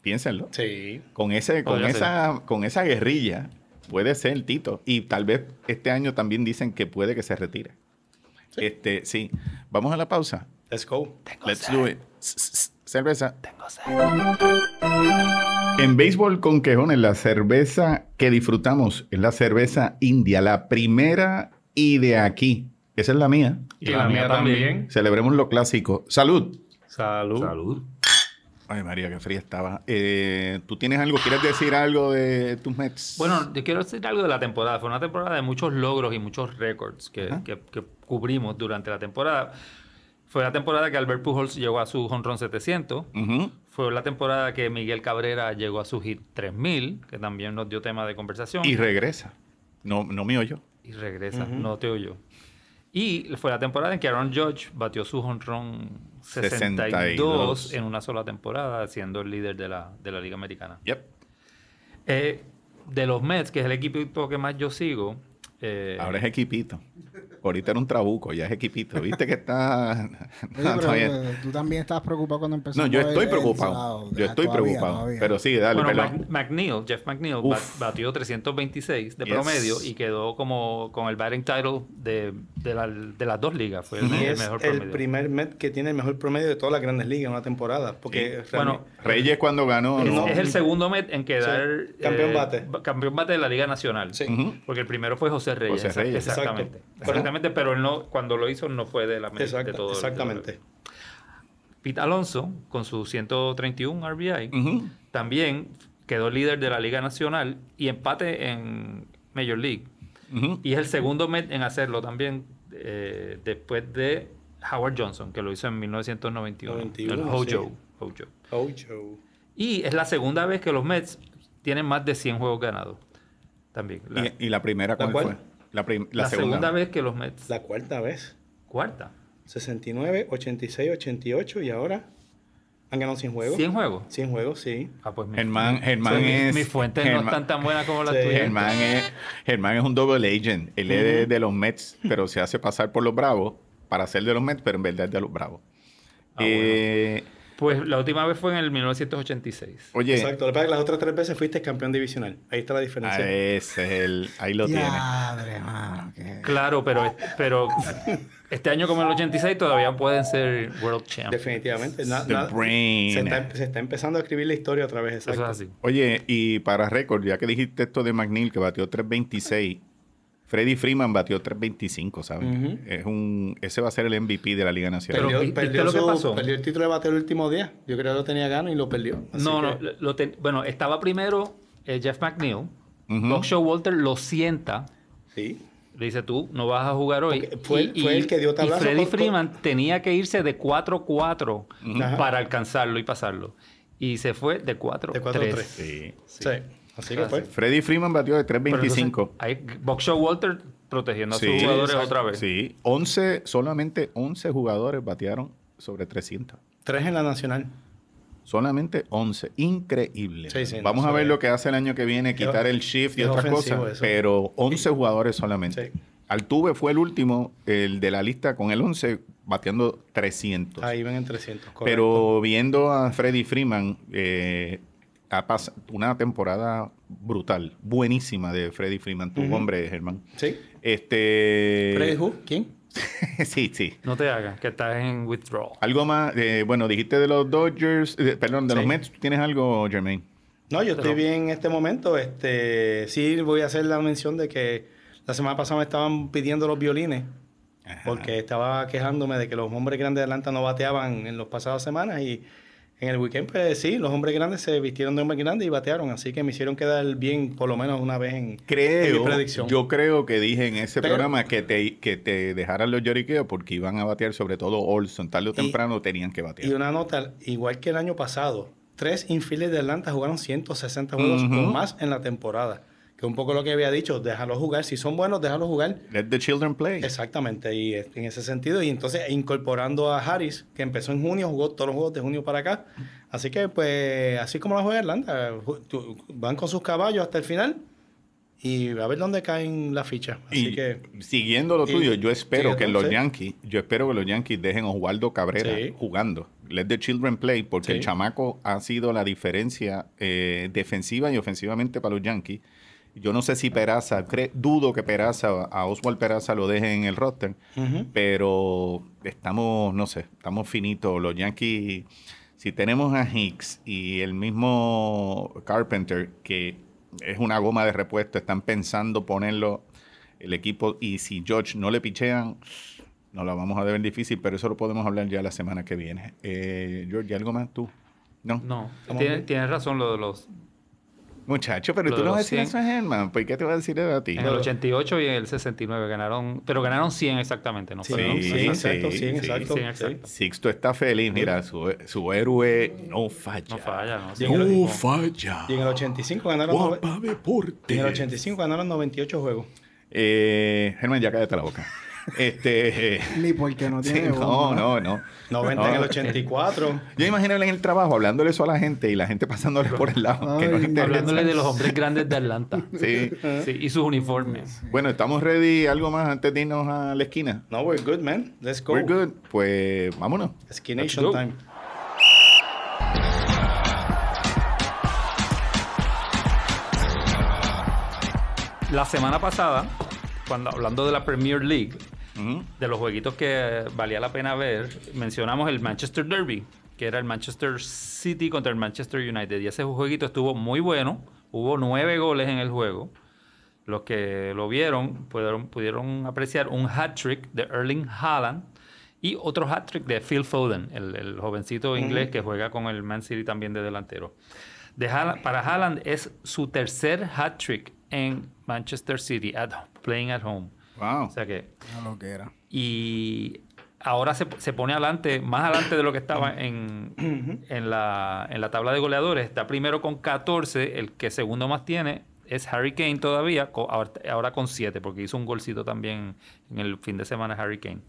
Speaker 1: Piénsenlo.
Speaker 2: Sí.
Speaker 1: Con, ese, con,
Speaker 3: Podría
Speaker 1: esa, con esa guerrilla puede ser el Tito. Y tal vez este año también dicen que puede que se retire. Este, sí. Vamos a la pausa.
Speaker 2: Let's go.
Speaker 1: Let's do it. S- s- Cerveza. En béisbol con quejones, la cerveza que disfrutamos es la cerveza india, la primera y de aquí. Esa es la mía.
Speaker 6: Y la mía también.
Speaker 1: Celebremos lo clásico. Salud.
Speaker 2: Salud.
Speaker 6: Salud.
Speaker 1: Ay, María, qué fría estaba. Eh, ¿Tú tienes algo? ¿Quieres decir algo de tus Mets?
Speaker 3: Bueno, yo quiero decir algo de la temporada. Fue una temporada de muchos logros y muchos récords que, que- que cubrimos durante la temporada. Fue la temporada que Albert Pujols llegó a su jonrón 700.
Speaker 1: Ujú.
Speaker 3: Fue la temporada que Miguel Cabrera llegó a su hit 3000, que también nos dio tema de conversación.
Speaker 1: Y regresa. No, no me oyó.
Speaker 3: y regresa, no te oyó. Y fue la temporada en que Aaron Judge batió su jonrón 62,
Speaker 1: 62.
Speaker 3: en una sola temporada, siendo el líder de la, de la Liga Americana.
Speaker 1: Yep.
Speaker 3: Eh, de los Mets, que es el equipo que más yo sigo. eh,
Speaker 1: Ahora es equipito. Ahorita era un trabuco, ya es equipito. ¿Viste que está...
Speaker 5: Oye,
Speaker 1: Está
Speaker 5: pero,
Speaker 1: bien.
Speaker 5: eh, tú también estabas preocupado cuando empezó.
Speaker 1: No, yo
Speaker 5: el-
Speaker 1: estoy
Speaker 5: el
Speaker 1: preocupado.
Speaker 5: sábado.
Speaker 1: Yo
Speaker 5: Ah,
Speaker 1: estoy
Speaker 5: todavía,
Speaker 1: preocupado.
Speaker 5: todavía.
Speaker 1: Pero sí, dale,
Speaker 3: bueno,
Speaker 1: perdón.
Speaker 3: Mac- McNeil, Jeff McNeil, bat-
Speaker 1: Uf.
Speaker 3: batió 326 de
Speaker 1: Yes.
Speaker 3: promedio y quedó como con el batting title de, de la- de las dos ligas. Fue el,
Speaker 2: Y
Speaker 3: el
Speaker 2: es
Speaker 3: mejor
Speaker 2: el
Speaker 3: promedio.
Speaker 2: primer Met que tiene el mejor promedio de todas las grandes ligas en una temporada. Porque
Speaker 1: Sí.
Speaker 2: realmente-
Speaker 3: Bueno,
Speaker 1: Reyes cuando ganó.
Speaker 3: Es-
Speaker 1: no.
Speaker 3: Es el segundo Met en quedar eh,
Speaker 2: Sí, campeón bate.
Speaker 3: ba- campeón bate de la Liga Nacional.
Speaker 2: Sí.
Speaker 1: Ujú.
Speaker 3: Porque el primero fue José Reyes.
Speaker 1: José
Speaker 3: exa-
Speaker 1: Reyes.
Speaker 3: Exactamente.
Speaker 2: Exacto.
Speaker 3: Exactamente, pero él no, cuando lo hizo no fue de la Met
Speaker 2: Exacta-
Speaker 3: de todo- de todo-
Speaker 2: exactamente.
Speaker 3: Pete Alonso, con sus 131 RBI,
Speaker 1: Ujú.
Speaker 3: también quedó líder de la Liga Nacional y empate en Major League.
Speaker 1: Ujú.
Speaker 3: Y es el segundo Met en hacerlo también eh, después de Howard Johnson, que lo hizo en 1991.
Speaker 2: 91,
Speaker 3: el Hojo.
Speaker 2: sí.
Speaker 3: Hojo.
Speaker 2: Ocho.
Speaker 3: Y es la segunda vez que los Mets tienen más de 100 juegos ganados. También. La,
Speaker 1: Y- ¿Y, la primera cuál,
Speaker 2: cuál?
Speaker 1: fue? La, prim- la
Speaker 3: la segunda. vez que los Mets.
Speaker 2: La cuarta vez.
Speaker 3: Cuarta.
Speaker 2: 69, 86, 88 y ahora han ganado 100 juegos.
Speaker 3: 100 juegos.
Speaker 2: 100 juegos, sí.
Speaker 3: Ah, pues mi-
Speaker 1: Germán, Germán
Speaker 3: mi-
Speaker 1: es.
Speaker 3: Mis fuentes no
Speaker 1: Germán-
Speaker 3: están tan buenas como las
Speaker 2: Sí.
Speaker 3: tuyas.
Speaker 1: Germán es, Germán es un double agent. Él es de, de los Mets, pero se hace pasar por los Bravos para ser de los Mets, pero en verdad es de los Bravos.
Speaker 3: Ah,
Speaker 1: Eh,
Speaker 3: Pues la última vez fue en el 1986.
Speaker 1: Oye,
Speaker 2: Exacto. Lo que pasa es que las otras tres veces fuiste campeón divisional. Ahí está la
Speaker 1: ah,
Speaker 2: diferencia.
Speaker 1: ese es el. Ahí lo tiene.
Speaker 5: Diadre, mano, que-
Speaker 3: Claro, pero, pero este año como el 86 todavía pueden ser World Champions.
Speaker 2: Definitivamente. na-
Speaker 1: The
Speaker 2: na-
Speaker 1: brain.
Speaker 2: se, está, em, se está empezando a escribir la historia otra vez.
Speaker 3: Eso es
Speaker 2: exacto.
Speaker 3: así.
Speaker 1: Oye, y para récord, ya que dijiste esto de McNeil, que batió 3.26, Freddy Freeman batió 3.25, ¿sabes?
Speaker 2: Ujú.
Speaker 1: es un, ese va a ser el MVP de la Liga Nacional.
Speaker 3: Pero, ¿vi-
Speaker 2: Perdió,
Speaker 3: viste
Speaker 2: perdió
Speaker 3: lo que
Speaker 2: su-
Speaker 3: pasó?
Speaker 2: perdió el título de bateo el último día. Yo creo que lo tenía gano y lo perdió. Así
Speaker 3: No, no,
Speaker 2: que-
Speaker 3: lo ten- bueno, estaba primero eh, Jeff McNeil.
Speaker 1: Ujú.
Speaker 3: Doc Showalter lo sienta.
Speaker 2: Sí.
Speaker 3: Le dice, tú no vas a jugar hoy.
Speaker 2: Porque fue- fue el que dio tablazo
Speaker 3: y Freddy
Speaker 2: con- con-
Speaker 3: Freeman tenía que irse de 4-4
Speaker 2: Ajá.
Speaker 3: para alcanzarlo y pasarlo. Y se fue de 4-3.
Speaker 2: De 4-3.
Speaker 1: Sí.
Speaker 2: Sí. Así que
Speaker 3: Así.
Speaker 2: fue.
Speaker 1: Freddy Freeman batió de
Speaker 3: Pero
Speaker 1: 3.25.
Speaker 3: entonces, Ahí Box Walter protegiendo a sus
Speaker 1: Sí.
Speaker 3: jugadores
Speaker 2: Exacto.
Speaker 3: otra vez.
Speaker 1: Sí, 11, solamente 11 jugadores batearon sobre 300.
Speaker 2: Tres en la nacional.
Speaker 1: Solamente 11. Increíble.
Speaker 2: Sí, sí, no,
Speaker 1: Vamos a
Speaker 2: eso
Speaker 1: ver
Speaker 2: es-
Speaker 1: lo que hace el año que viene, quitar el shift y
Speaker 2: es
Speaker 1: otras
Speaker 2: ofensivo
Speaker 1: cosas.
Speaker 2: eso.
Speaker 1: Pero 11 jugadores solamente.
Speaker 2: Sí.
Speaker 1: Altuve fue el último, el de la lista con el 11, bateando 300.
Speaker 2: Ahí ven en 300. correcto.
Speaker 1: Pero viendo a Freddy Freeman, eh, ha pas- una temporada brutal, buenísima de Freddy Freeman, tu
Speaker 2: Ujú.
Speaker 1: hombre, Germán.
Speaker 2: Sí.
Speaker 1: Este.
Speaker 2: Freddy Who? ¿Quién?
Speaker 1: sí, sí.
Speaker 3: No te hagas, que estás en withdrawal.
Speaker 1: Algo más, eh, bueno, dijiste de los Dodgers, eh, perdón, de los
Speaker 2: Sí.
Speaker 1: Mets, ¿tienes algo, Jermaine?
Speaker 2: No, yo estoy
Speaker 3: Pero-
Speaker 2: bien en este momento. Este, sí, voy a hacer la mención de que la semana pasada me estaban pidiendo los violines porque estaba quejándome de que los hombres grandes de Atlanta no bateaban en las pasadas semanas y en el weekend, pues sí, los hombres grandes se vistieron de hombres grandes y batearon, así que me hicieron quedar bien por lo menos una vez en...
Speaker 1: Creo,
Speaker 2: mi predicción.
Speaker 1: yo creo que dije en ese
Speaker 2: Pero-
Speaker 1: programa que te, que te dejaran los lloriqueos porque iban a batear sobre todo Olson, tarde o
Speaker 2: Y-
Speaker 1: temprano tenían que
Speaker 2: Y
Speaker 1: batear.
Speaker 2: una nota, igual que el año pasado, tres infiles de Atlanta jugaron 160 juegos
Speaker 1: Ujú.
Speaker 2: o más en la temporada, que un poco lo que había dicho, déjalos jugar, si son buenos, déjalos jugar.
Speaker 1: Let the children play.
Speaker 2: Exactamente, y eh, en ese sentido, y entonces e incorporando a Harris, que empezó en junio, jugó todos los juegos de junio para acá. Así que, pues, así como la juega Atlanta, ju- tu- van con sus caballos hasta el final y a ver dónde caen las fichas. Así
Speaker 1: Y
Speaker 2: que,
Speaker 1: siguiendo lo
Speaker 2: y-
Speaker 1: tuyo, yo espero
Speaker 2: sí,
Speaker 1: que los
Speaker 2: sí.
Speaker 1: Yankees, yo espero que los Yankees dejen a Oswaldo Cabrera
Speaker 2: Sí.
Speaker 1: jugando. Let the children play, porque
Speaker 2: Sí.
Speaker 1: el chamaco ha sido la diferencia eh, defensiva y ofensivamente para los Yankees. Yo no sé si Peraza, cre- dudo que Peraza, a Oswald Peraza lo dejen en el roster,
Speaker 2: ujú.
Speaker 1: pero estamos, no sé, estamos finitos. Los Yankees, si tenemos a Hicks y el mismo Carpenter, que es una goma de repuesto, están pensando ponerlo el equipo, y si George no le pichean, nos la vamos a ver difícil, pero eso lo podemos hablar ya la semana que viene. Eh, George, ¿algo más tú? No.
Speaker 3: No,
Speaker 2: Estamos
Speaker 3: tienes,
Speaker 2: bien.
Speaker 3: tienes razón lo de los...
Speaker 1: Muchacho, pero
Speaker 3: Lo
Speaker 1: tú
Speaker 3: de
Speaker 1: no vas a
Speaker 3: los
Speaker 1: decir eso a Germán. ¿Por qué te vas a decir eso a ti?
Speaker 3: En el 88 y en el 69 ganaron, pero ganaron 100 exactamente, ¿no?
Speaker 2: Sí,
Speaker 3: Fueron
Speaker 2: sí,
Speaker 3: 100.
Speaker 2: exacto,
Speaker 1: sí,
Speaker 2: sí,
Speaker 1: sí,
Speaker 2: exacto.
Speaker 3: sí,
Speaker 2: sí.
Speaker 3: exacto.
Speaker 1: Sixto está feliz, mira, su, su héroe no falla.
Speaker 3: No falla, ¿no?
Speaker 2: Y en el-
Speaker 1: No falla.
Speaker 2: Y en el 85 ganaron, nove-
Speaker 1: Guapa Deporte.
Speaker 2: en el 85 ganaron 98 juegos.
Speaker 1: Eh, Germán, ya cállate la boca. Este. eh,
Speaker 5: Ni porque no
Speaker 1: sí,
Speaker 5: tiene
Speaker 1: no,
Speaker 5: bomba.
Speaker 1: no, no.
Speaker 2: 90 en el 84.
Speaker 1: Yo imagino él en el trabajo hablándole eso a la gente y la gente pasándole por el lado. que no le
Speaker 5: Ay,
Speaker 1: interesa.
Speaker 3: Hablándole de los hombres grandes de Atlanta.
Speaker 1: Sí.
Speaker 2: Eh.
Speaker 3: Sí, y sus uniformes.
Speaker 1: Bueno, estamos ready. ¿Algo más antes de irnos a la esquina?
Speaker 2: No, we're good, man. Let's go.
Speaker 1: We're good. Pues vámonos.
Speaker 2: Ski
Speaker 3: Let's
Speaker 2: Nation
Speaker 3: go.
Speaker 2: time.
Speaker 3: La semana pasada, cuando hablando de la Premier League,
Speaker 1: Ujú.
Speaker 3: de los jueguitos que valía la pena ver, mencionamos el Manchester Derby, que era el Manchester City contra el Manchester United. Y ese jueguito estuvo muy bueno. Hubo nueve goles en el juego. Los que lo vieron pudieron, pudieron apreciar un hat-trick de Erling Haaland y otro hat-trick de Phil Foden, el, el jovencito inglés que juega con el Man City también de delantero. De Haaland- para Haaland es su tercer hat-trick en Manchester City, at, playing at home.
Speaker 1: Wow.
Speaker 3: O sea que
Speaker 5: No lo que era.
Speaker 3: y ahora se, se pone adelante, más adelante de lo que estaba en, en, la, en la tabla de goleadores. Está primero con 14, el que segundo más tiene es Harry Kane todavía, co- ahora, ahora con 7, porque hizo un golcito también en el fin de semana Harry Kane.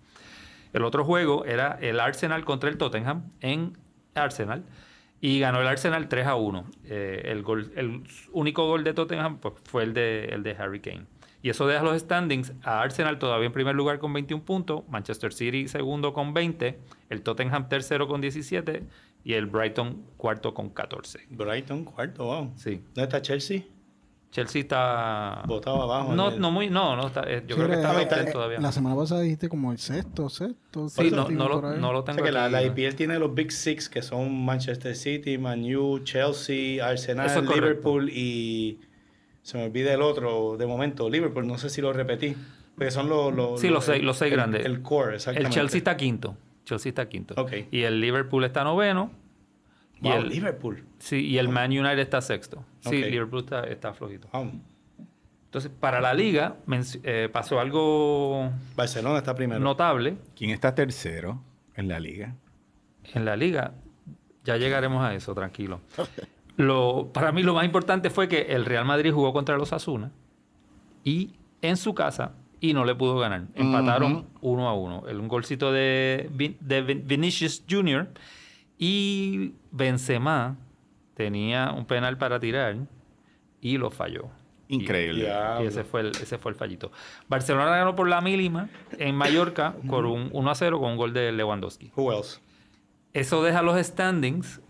Speaker 3: El otro juego era el Arsenal contra el Tottenham en Arsenal. Y ganó el Arsenal 3 a 1. Eh, el, gol- el único gol de Tottenham pues, fue el de, el de Harry Kane. Y eso deja los standings a Arsenal todavía en primer lugar con 21 puntos, Manchester City segundo con 20, el Tottenham tercero con 17 y el Brighton cuarto con 14.
Speaker 2: Brighton, cuarto, wow.
Speaker 3: Sí.
Speaker 2: ¿Dónde está Chelsea?
Speaker 3: Chelsea está...
Speaker 2: Botado abajo.
Speaker 3: No,
Speaker 2: en el-
Speaker 3: no muy... No, no está, eh, yo creo que está
Speaker 2: eh,
Speaker 3: top ten
Speaker 2: eh,
Speaker 3: todavía.
Speaker 5: La semana pasada dijiste como el sexto, sexto.
Speaker 3: Sí, no,
Speaker 5: séptimo,
Speaker 3: no, lo,
Speaker 5: por ahí.
Speaker 3: no lo
Speaker 2: O
Speaker 3: tengo
Speaker 2: sea que la,
Speaker 3: aquí.
Speaker 2: la IPL tiene los Big Six, que son Manchester City, Man U, Chelsea, Arsenal,
Speaker 3: Eso es correcto.
Speaker 2: Liverpool y... Se me olvida el otro de momento, Liverpool, no sé si lo repetí. Porque son los... los
Speaker 3: Sí, los seis- los seis
Speaker 2: el-
Speaker 3: grandes.
Speaker 2: El core, exactamente.
Speaker 3: El Chelsea está quinto. Chelsea está quinto.
Speaker 2: Ok.
Speaker 3: Y el Liverpool está noveno.
Speaker 2: Wow,
Speaker 3: y el,
Speaker 2: Liverpool.
Speaker 3: Sí, y el Man United está sexto. Sí,
Speaker 2: Ok.
Speaker 3: Liverpool está, está flojito.
Speaker 2: Wow.
Speaker 3: Entonces, para la liga menc- eh, pasó algo
Speaker 2: Barcelona está primero.
Speaker 3: notable
Speaker 1: ¿Quién está tercero en la liga?
Speaker 3: en la liga. Ya llegaremos a eso, tranquilo. Lo, para mí lo más importante fue que el Real Madrid jugó contra los Asuna y en su casa y no le pudo ganar. Empataron
Speaker 1: Ujú.
Speaker 3: uno a uno. El, un golcito de, Vin- de Vin- Vinicius Jr. y Benzema tenía un penal para tirar y lo falló.
Speaker 1: Increíble.
Speaker 3: Y
Speaker 2: Diablo.
Speaker 3: ese fue, el, ese fue el fallito. Barcelona ganó por la mínima en Mallorca con un 1 a 0 con un gol de Lewandowski.
Speaker 2: Who else?
Speaker 3: Eso deja los standings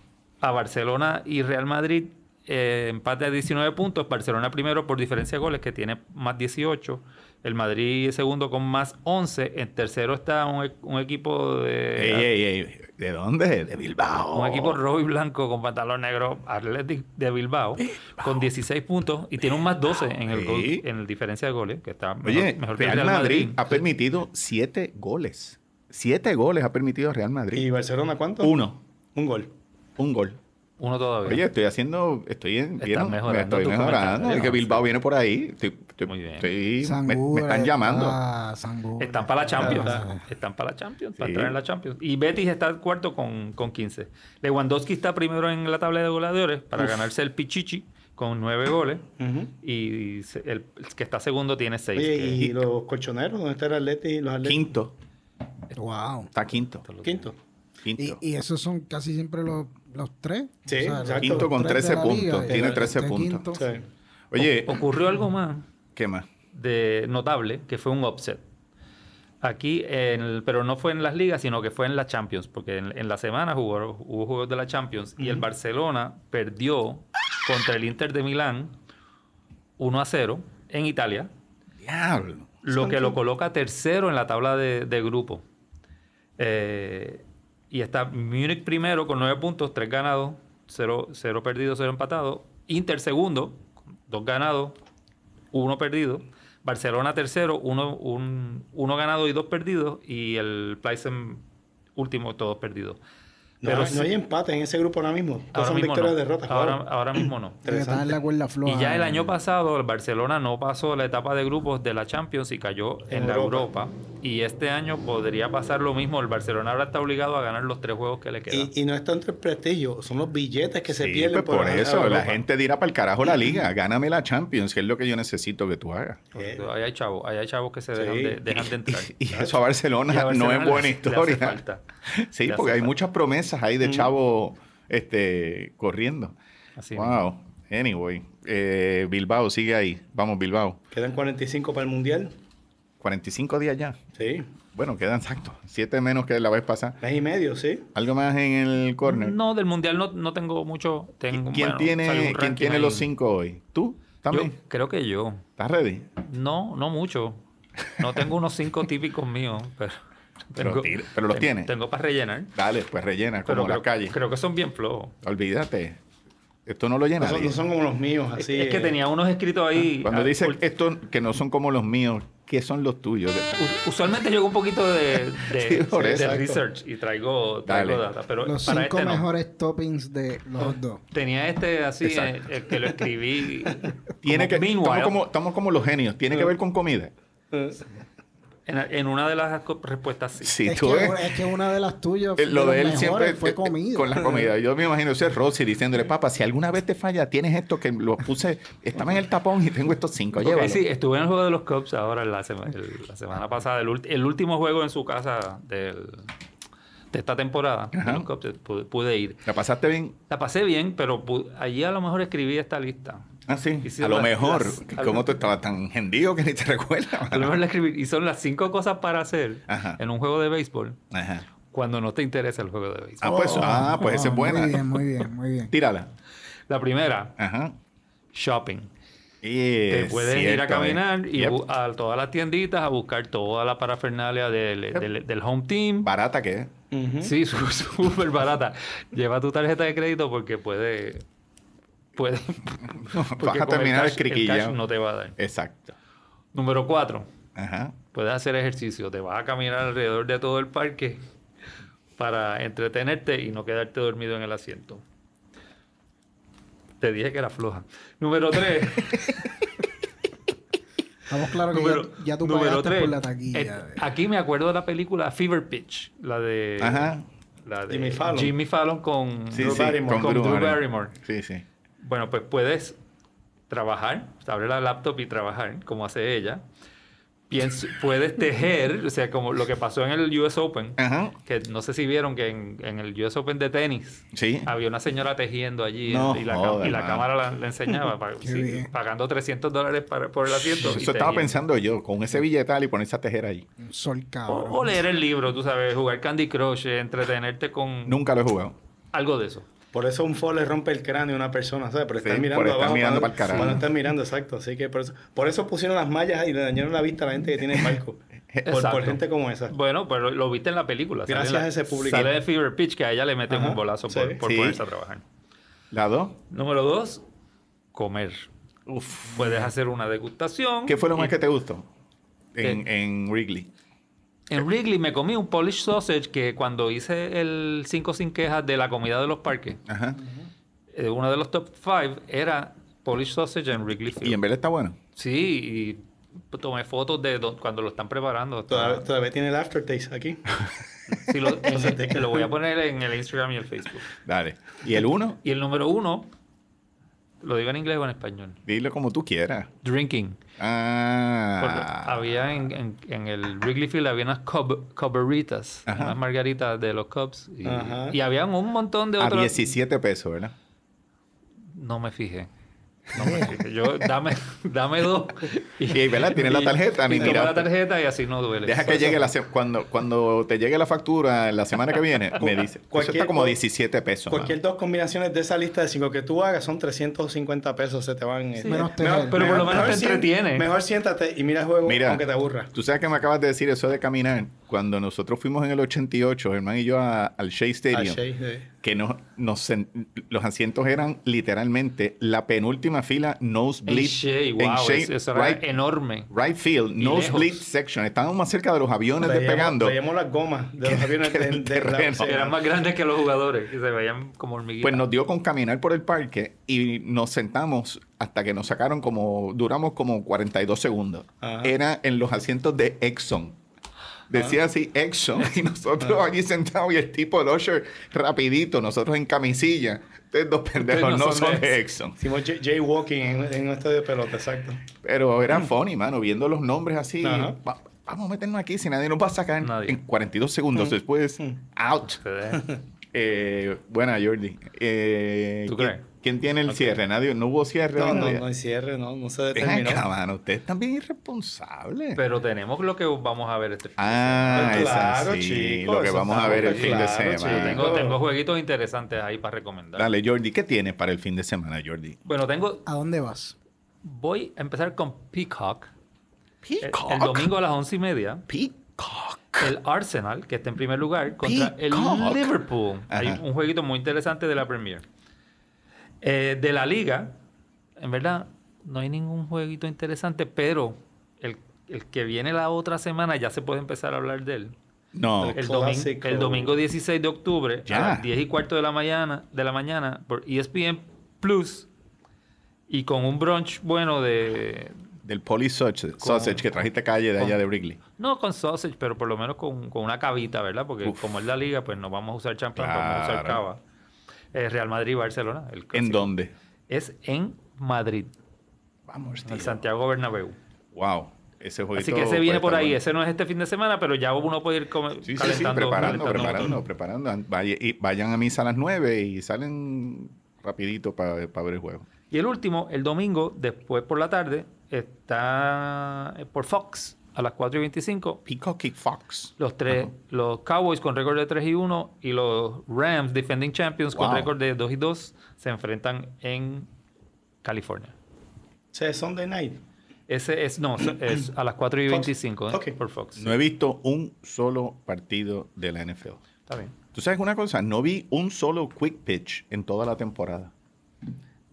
Speaker 3: a Barcelona y Real Madrid eh, empate a 19 puntos. Barcelona primero por diferencia de goles que tiene más 18. El Madrid segundo con más 11. En tercero está un, e- un equipo de...
Speaker 1: Ey, ey, Oh. ey, ¿De dónde? De Bilbao.
Speaker 3: Un equipo rojo y blanco con pantalón negro, Athletic de Bilbao, con 16 puntos y tiene un más 12 en el, gol-
Speaker 1: Sí.
Speaker 3: en el diferencia de goles, que está mejor,
Speaker 1: Oye,
Speaker 3: mejor que el
Speaker 1: Real, Madrid, ha permitido siete goles. Siete goles ha permitido Real
Speaker 2: ¿Y
Speaker 1: Madrid.
Speaker 2: Barcelona cuánto?
Speaker 1: Uno.
Speaker 2: Un gol.
Speaker 1: Un gol.
Speaker 3: Uno todavía.
Speaker 1: Oye, estoy haciendo, estoy en,
Speaker 3: Estás
Speaker 1: ¿vieron? Me
Speaker 3: mejorando
Speaker 1: estoy
Speaker 3: tus
Speaker 1: mejorando.
Speaker 3: comentarios.
Speaker 1: Es que Bilbao viene por ahí. Estoy- estoy-
Speaker 3: Muy bien.
Speaker 1: estoy- me,
Speaker 5: Sangura
Speaker 1: me están llamando.
Speaker 5: está, Sangura.
Speaker 3: Están para la Champions.
Speaker 2: Ajá.
Speaker 3: Están para la Champions, para
Speaker 1: Sí.
Speaker 3: entrar en la Champions. Y Betis está cuarto con, con 15. Lewandowski está primero en la tabla de goleadores para ganarse el Pichichi con 9 goles.
Speaker 2: Ujú.
Speaker 3: Y se- el, el que está segundo tiene 6.
Speaker 2: Oye, ¿y los colchoneros? ¿Dónde está el Atleti y los Atleti?
Speaker 1: Quinto.
Speaker 5: Wow.
Speaker 1: Está quinto.
Speaker 2: Quinto.
Speaker 1: Quinto.
Speaker 5: Y, y esos son casi siempre los, los tres.
Speaker 2: Sí, exacto.
Speaker 5: los
Speaker 2: Quinto
Speaker 5: tres
Speaker 1: con
Speaker 5: de la
Speaker 1: 13
Speaker 5: liga,
Speaker 1: puntos.
Speaker 5: y
Speaker 1: Tiene
Speaker 5: el
Speaker 1: 13 puntos.
Speaker 5: quinto.
Speaker 2: Sí. Oh,
Speaker 1: Oye,
Speaker 3: Ocurrió algo más.
Speaker 1: ¿qué más?
Speaker 3: de notable que fue un offset. Aquí, en el- pero no fue en las ligas, sino que fue en la Champions, porque en, en la semana jugó, hubo juegos de la Champions y el Barcelona perdió contra el Inter de Milán 1 a 0 en Italia,
Speaker 1: Diablo.
Speaker 3: lo que lo coloca tercero en la tabla de, de grupo. Eh, y está Múnich primero con 9 puntos, 3 ganados, 0, 0 perdidos, 0 empatados. Inter segundo, 2 ganados, 1 perdido. Barcelona tercero, 1 un, uno ganado y 2 perdidos. Y el Pleisen último, todos perdidos.
Speaker 2: No,
Speaker 3: Pero
Speaker 2: no
Speaker 3: sí-
Speaker 2: hay empate en ese grupo ahora mismo. Todos
Speaker 3: Ahora
Speaker 2: son
Speaker 3: mismo,
Speaker 2: victorias
Speaker 3: no.
Speaker 2: derrotas. wow.
Speaker 3: ahora, ahora mismo no.
Speaker 5: Tiene que estar en la cuerda floja.
Speaker 3: Y ya el año pasado el Barcelona no pasó la etapa de grupos de la Champions y cayó en,
Speaker 2: En
Speaker 3: la
Speaker 2: Europa.
Speaker 3: Europa. Y este año podría pasar lo mismo. El Barcelona ahora está obligado a ganar los tres juegos que le quedan.
Speaker 2: Y, y no es tanto el prestigio, son los billetes que se
Speaker 1: Sí,
Speaker 2: pierden
Speaker 1: pues por
Speaker 2: ganar a
Speaker 1: eso la
Speaker 2: Europa.
Speaker 1: gente dirá para el carajo la liga. Gáname la Champions, que es lo que yo necesito que tú hagas.
Speaker 2: Eh,
Speaker 3: Ahí hay chavos, ahí hay chavos que se
Speaker 2: Sí.
Speaker 3: dejan, de, dejan de entrar.
Speaker 1: Y eso a Barcelona,
Speaker 3: Y a Barcelona
Speaker 1: no es
Speaker 3: le-
Speaker 1: buena
Speaker 3: le hace
Speaker 1: historia.
Speaker 3: falta.
Speaker 1: Sí,
Speaker 3: Le hace
Speaker 1: porque hay
Speaker 3: falta.
Speaker 1: muchas promesas ahí
Speaker 2: Mm.
Speaker 1: de chavos este, corriendo.
Speaker 3: Así
Speaker 1: wow. Anyway, eh, Bilbao sigue ahí. Vamos, Bilbao.
Speaker 2: Quedan 45 para el mundial.
Speaker 1: 45 días ya.
Speaker 2: Sí,
Speaker 1: Bueno, quedan exactos. Siete menos que la vez pasada.
Speaker 2: mes y medio, sí.
Speaker 1: ¿Algo más en el corner?
Speaker 3: No, del Mundial no, no tengo mucho. Tengo,
Speaker 1: ¿Quién
Speaker 3: bueno, salió un
Speaker 1: tiene, ¿quién
Speaker 3: ranking
Speaker 1: tiene
Speaker 3: ahí.
Speaker 1: los cinco hoy? ¿Tú también?
Speaker 3: Yo creo que yo.
Speaker 1: ¿Estás ready?
Speaker 3: No, no mucho. No tengo unos cinco típicos míos, pero...
Speaker 1: Pero tira- pero los
Speaker 3: tengo-
Speaker 1: tienes.
Speaker 3: Tengo para rellenar.
Speaker 1: Dale, pues rellena,
Speaker 3: Pero
Speaker 1: como la
Speaker 3: creo,
Speaker 1: calle.
Speaker 3: creo que son bien flojos.
Speaker 1: Olvídate. Esto no lo llena.
Speaker 2: No son,
Speaker 1: nadie.
Speaker 2: no son como los míos, así.
Speaker 3: es que
Speaker 2: eh,
Speaker 3: tenía unos escritos ahí.
Speaker 1: Cuando
Speaker 3: ah,
Speaker 1: dicen
Speaker 3: ul-
Speaker 1: esto que no son como los míos, ¿qué son los tuyos? De-
Speaker 3: u- usualmente yo hago un poquito de, de,
Speaker 1: Sí, por
Speaker 3: de
Speaker 1: eso.
Speaker 3: research y traigo, traigo
Speaker 1: Dale.
Speaker 3: data. Pero
Speaker 5: Los
Speaker 3: para
Speaker 5: cinco
Speaker 3: este no.
Speaker 5: mejores toppings de
Speaker 1: Oh.
Speaker 5: los dos.
Speaker 3: Tenía este así, eh,
Speaker 1: Exacto.
Speaker 3: el que lo escribí.
Speaker 1: Tiene
Speaker 3: como
Speaker 1: que,
Speaker 3: meanwhile.
Speaker 1: estamos, como, estamos como los genios. Tiene que ver con comida.
Speaker 3: En, en una de las co- respuestas sí.
Speaker 1: Sí,
Speaker 5: es,
Speaker 1: tú
Speaker 5: que,
Speaker 1: ves.
Speaker 5: es que una de las tuyas.
Speaker 1: Eh, lo
Speaker 5: los
Speaker 1: de él
Speaker 5: mejores
Speaker 1: siempre
Speaker 5: fue
Speaker 1: eh,
Speaker 5: comida.
Speaker 1: con la comida. Yo me imagino ese Rossi diciéndole, papá, si alguna vez te falla, tienes esto que lo puse, estaba en el tapón y tengo estos cinco.
Speaker 3: Ok,
Speaker 1: llévalo".
Speaker 3: sí, estuve en el juego de los Cubs ahora en la, sema- el- la semana pasada, el, ulti- el último juego en su casa del- de esta temporada. de
Speaker 1: Ajá.
Speaker 3: los Cubs, eh, pude, pude ir.
Speaker 1: ¿La pasaste bien?
Speaker 3: La pasé bien, pero pu- allí a lo mejor escribí esta lista.
Speaker 1: Ah, sí.
Speaker 3: Y sí,
Speaker 1: a lo
Speaker 3: las-
Speaker 1: mejor,
Speaker 3: las-
Speaker 1: que
Speaker 3: a lo-
Speaker 1: como tú estabas tan hendido que ni te recuerdas.
Speaker 3: A lo mejor la escribí. Y son las cinco cosas para hacer
Speaker 1: Ajá.
Speaker 3: en un juego de béisbol
Speaker 1: Ajá.
Speaker 3: cuando no te interesa el juego de béisbol.
Speaker 1: Ah, pues, ah, pues esa es buena.
Speaker 5: Oh, Muy bien, muy bien, muy bien.
Speaker 1: Tírala.
Speaker 3: La primera,
Speaker 1: Ajá.
Speaker 3: shopping.
Speaker 1: Y
Speaker 3: Te
Speaker 1: es
Speaker 3: puedes ir
Speaker 1: cierto,
Speaker 3: a caminar
Speaker 1: eh.
Speaker 3: y
Speaker 1: Yep.
Speaker 3: bu- a todas las tienditas a buscar toda la parafernalia del, del- del home team.
Speaker 1: Barata que es.
Speaker 2: Ujú.
Speaker 3: Sí, su- súper barata. Lleva tu tarjeta de crédito porque puede. puede
Speaker 1: Vas
Speaker 3: porque
Speaker 1: a
Speaker 3: con
Speaker 1: terminar
Speaker 3: cash-
Speaker 1: el criquilla.
Speaker 3: cash no te va a dar.
Speaker 1: Exacto.
Speaker 3: Número cuatro,
Speaker 1: Ajá.
Speaker 3: puedes hacer ejercicio. Te vas a caminar alrededor de todo el parque para entretenerte y no quedarte dormido en el asiento. Te dije que era floja. Número tres.
Speaker 5: Estamos claros que
Speaker 3: número,
Speaker 5: ya, ya tú
Speaker 3: número
Speaker 5: pagaste
Speaker 3: tres.
Speaker 5: por la taquilla.
Speaker 3: Eh, aquí me acuerdo de la película Fever Pitch, la de.
Speaker 1: Ajá.
Speaker 3: La de
Speaker 2: Jimmy Fallon.
Speaker 3: Jimmy Fallon con
Speaker 1: Sí,
Speaker 2: Drew
Speaker 1: sí,
Speaker 2: Barrymore.
Speaker 1: con,
Speaker 3: Con
Speaker 1: Drew
Speaker 3: Eh, Drew
Speaker 1: Barrymore. Sí,
Speaker 3: Barrymore.
Speaker 1: sí.
Speaker 3: Bueno, pues puedes trabajar, abrir la laptop y trabajar, como hace ella. Piens- puedes tejer, o sea, como lo que pasó en el US Open,
Speaker 1: Ajá.
Speaker 3: que no sé si vieron que en, en el US Open de tenis
Speaker 1: Sí.
Speaker 3: había una señora tejiendo allí
Speaker 1: No
Speaker 3: y la,
Speaker 1: joda,
Speaker 3: y la
Speaker 1: mano.
Speaker 3: cámara la, la enseñaba, pa-
Speaker 5: Qué
Speaker 3: sí,
Speaker 5: bien.
Speaker 3: pagando 300 dólares para- por el asiento. y
Speaker 1: Eso estaba
Speaker 3: tejiendo.
Speaker 1: pensando yo, con ese billetal y ponerse a tejer ahí.
Speaker 5: eh, Un sol cabrón.
Speaker 3: O, o leer el libro, tú sabes, jugar Candy Crush, entretenerte con
Speaker 1: Nunca lo he jugado.
Speaker 3: algo de eso.
Speaker 2: Por eso un fall le rompe el cráneo a una persona, ¿sabes? Pero
Speaker 1: Sí,
Speaker 2: están mirando
Speaker 1: por estar
Speaker 2: abajo.
Speaker 1: mirando
Speaker 2: cuando-
Speaker 1: pa'l carajo.
Speaker 2: cuando están mirando, exacto. Así que por eso, por eso pusieron las mallas y le dañaron la vista a la gente que tiene el barco. por,
Speaker 3: Exacto.
Speaker 2: por gente como esa.
Speaker 3: Bueno, pero lo viste en la película. sale
Speaker 2: Gracias
Speaker 3: en la-
Speaker 2: a ese público.
Speaker 3: Sale de Fever Pitch que a ella le meten
Speaker 2: Ajá,
Speaker 3: un bolazo
Speaker 2: sí.
Speaker 3: por, por
Speaker 1: Sí.
Speaker 3: ponerse a trabajar.
Speaker 1: ¿La dos?
Speaker 3: Número dos, comer. Puedes hacer una degustación.
Speaker 1: ¿Qué fue lo más
Speaker 3: Y
Speaker 1: que te gustó en, en Wrigley? Eh,
Speaker 3: En Wrigley me comí un Polish sausage que cuando hice el 5 sin quejas de la comida de los parques,
Speaker 1: Ajá.
Speaker 3: eh, uno de los top 5 era Polish sausage en Wrigley Field.
Speaker 1: Y en verdad está bueno.
Speaker 3: Sí, y tomé fotos de do- cuando lo están preparando.
Speaker 2: Todavía, todavía tiene el aftertaste aquí.
Speaker 3: Sí, lo, en- lo voy a poner en el Instagram y el Facebook.
Speaker 1: Dale. ¿Y el uno?
Speaker 3: Y el número uno, lo digo en inglés o en español.
Speaker 1: Dilo como tú quieras.
Speaker 3: Drinking. Porque
Speaker 1: Ah.
Speaker 3: había en, en- en el Wrigley Field había unas cub, cuberitas,
Speaker 1: Ajá.
Speaker 3: unas margaritas de los Cubs. Y,
Speaker 2: Ajá.
Speaker 3: y habían un montón de
Speaker 1: A
Speaker 3: otros.
Speaker 1: 17 pesos, ¿verdad?
Speaker 3: No me fijé. No me fijé. Yo, dame, dame dos.
Speaker 1: Y, ¿verdad? Tienes la tarjeta, ni
Speaker 3: y tomo
Speaker 1: miraste.
Speaker 3: la tarjeta y así no duele.
Speaker 1: Deja que llegue la se- cuando, cuando te llegue la factura la semana que viene, me dice. Eso
Speaker 2: Cualquier-
Speaker 1: está como 17 pesos.
Speaker 2: Cualquier dos combinaciones de esa lista de cinco que tú hagas son 350 pesos, se te van. eh.
Speaker 5: Menos tejer.
Speaker 3: Pero por lo menos te
Speaker 2: sien-
Speaker 3: entretiene.
Speaker 2: Mejor siéntate y mira el juego,
Speaker 1: Mira,
Speaker 2: aunque te aburra.
Speaker 1: Tú sabes que me acabas de decir eso de caminar. Cuando nosotros fuimos en el 88, Germán y yo, a- al Shea
Speaker 2: Ah,
Speaker 1: Stadium,
Speaker 2: Shay, eh.
Speaker 1: que nos, nos sen- los asientos eran literalmente la penúltima fila
Speaker 3: En
Speaker 1: nosebleed.
Speaker 3: Shea,
Speaker 1: en
Speaker 3: wow,
Speaker 1: Shea,
Speaker 3: es- eso era
Speaker 1: right,
Speaker 3: enorme.
Speaker 1: right field,
Speaker 3: Y
Speaker 1: nosebleed
Speaker 3: lejos.
Speaker 1: section. Estábamos más cerca de los aviones
Speaker 2: Veíamos-
Speaker 1: despegando.
Speaker 2: Veíamos las gomas de los aviones
Speaker 1: que
Speaker 2: de,
Speaker 1: del
Speaker 2: de la-
Speaker 1: terreno.
Speaker 2: sí,
Speaker 3: Eran más grandes que los jugadores, que se veían como hormiguitas.
Speaker 1: Pues nos dio con caminar por el parque y nos sentamos hasta que nos sacaron como, duramos como 42 segundos.
Speaker 2: Ajá.
Speaker 1: Era en los asientos de Exxon. Decía así, Exxon, y nosotros allí sentados y el tipo el usher rapidito, nosotros en camisilla. Ustedes dos pendejos
Speaker 3: no
Speaker 1: no,
Speaker 3: son
Speaker 1: son,
Speaker 3: de
Speaker 1: de Exxon.
Speaker 2: Hicimos j- jaywalking en, en un estadio de pelota, exacto.
Speaker 1: Pero era funny, mano, viendo los nombres así.
Speaker 2: Ajá.
Speaker 1: va- vamos a meternos aquí si nadie nos va a sacar
Speaker 3: Nadie.
Speaker 1: en 42 segundos. Después, out.
Speaker 3: Ustedes-
Speaker 1: Eh, buena, Jordi. Eh,
Speaker 3: ¿Tú
Speaker 1: ¿quién,
Speaker 3: crees?
Speaker 1: quién tiene el cierre? Nadie, no hubo cierre.
Speaker 2: No, no,
Speaker 1: Nadie.
Speaker 2: no hay cierre, no, no se
Speaker 1: Ven
Speaker 2: determinó.
Speaker 1: acá, mano. Ustedes también irresponsables.
Speaker 3: Pero tenemos lo que vamos a ver este fin.
Speaker 1: ah,
Speaker 2: Pero
Speaker 1: esa
Speaker 2: claro,
Speaker 1: sí,
Speaker 2: chico,
Speaker 1: Lo que
Speaker 2: eso
Speaker 1: vamos a
Speaker 2: está
Speaker 1: ver el
Speaker 2: muy
Speaker 1: fin de
Speaker 2: claro, chico.
Speaker 1: semana.
Speaker 3: Tengo,
Speaker 2: Ah.
Speaker 3: tengo jueguitos interesantes ahí para recomendar.
Speaker 1: Dale, Jordi, ¿qué tienes para el fin de semana, Jordi?
Speaker 3: Bueno, tengo.
Speaker 5: ¿A dónde vas?
Speaker 3: Voy a empezar con Peacock. El, el domingo a las once y media.
Speaker 1: Peacock.
Speaker 3: El Arsenal, que está en primer lugar, contra
Speaker 1: Peacock.
Speaker 3: el Liverpool. Hay
Speaker 1: Ajá.
Speaker 3: un jueguito muy interesante de la Premier. Eh, de la Liga, en verdad, no hay ningún jueguito interesante, pero el, el que viene la otra semana ya se puede empezar a hablar de él.
Speaker 1: No.
Speaker 3: El, domingo,
Speaker 2: Clásico.
Speaker 3: el domingo 16 de octubre
Speaker 1: Oh, Ya.
Speaker 3: a las 10 y cuarto de la mañana, E de la mañana por ESPN Plus y con un brunch bueno de,
Speaker 1: del Polish sausage, sausage que trajiste calle de allá de Wrigley.
Speaker 3: No con sausage, pero por lo menos con, con una cavita, ¿verdad? Porque
Speaker 1: Uf.
Speaker 3: como es la liga, pues no vamos a usar champán, vamos a usar
Speaker 1: Claro.
Speaker 3: cava. Eh, Real Madrid y Barcelona. El
Speaker 1: ¿En
Speaker 3: clásico.
Speaker 1: dónde?
Speaker 3: Es en Madrid,
Speaker 1: Vamos,
Speaker 3: en el
Speaker 1: tío.
Speaker 3: Santiago Bernabéu.
Speaker 1: Wow. Ese jueguito
Speaker 3: Así que ese
Speaker 1: puede
Speaker 3: viene
Speaker 1: estar
Speaker 3: por ahí.
Speaker 1: bueno.
Speaker 3: Ese no es este fin de semana, pero ya uno puede ir come-
Speaker 1: Sí, sí, sí,
Speaker 3: calentando.
Speaker 1: preparando,
Speaker 3: calentando
Speaker 1: preparando,
Speaker 3: motores.
Speaker 1: preparando. Vaya- y vayan a misa a las 9 y salen rapidito para ver el juego.
Speaker 3: Y el último, el domingo, después por la tarde, está eh, por Fox a las 4 y 25.
Speaker 1: Peacock y Fox.
Speaker 3: Los, tres, los Cowboys con récord de 3 y 1 y los Rams, defending champions, con
Speaker 1: Wow.
Speaker 3: récord de 2 y 2, se enfrentan en California.
Speaker 2: Ese es Sunday night.
Speaker 3: Ese es, no, es a las 4 y
Speaker 2: Fox.
Speaker 3: 25 eh,
Speaker 2: Ok.
Speaker 3: por Fox.
Speaker 1: No he visto un solo partido de la NFL.
Speaker 3: Está bien.
Speaker 1: ¿Tú sabes una cosa? No vi un solo quick pitch en toda la temporada.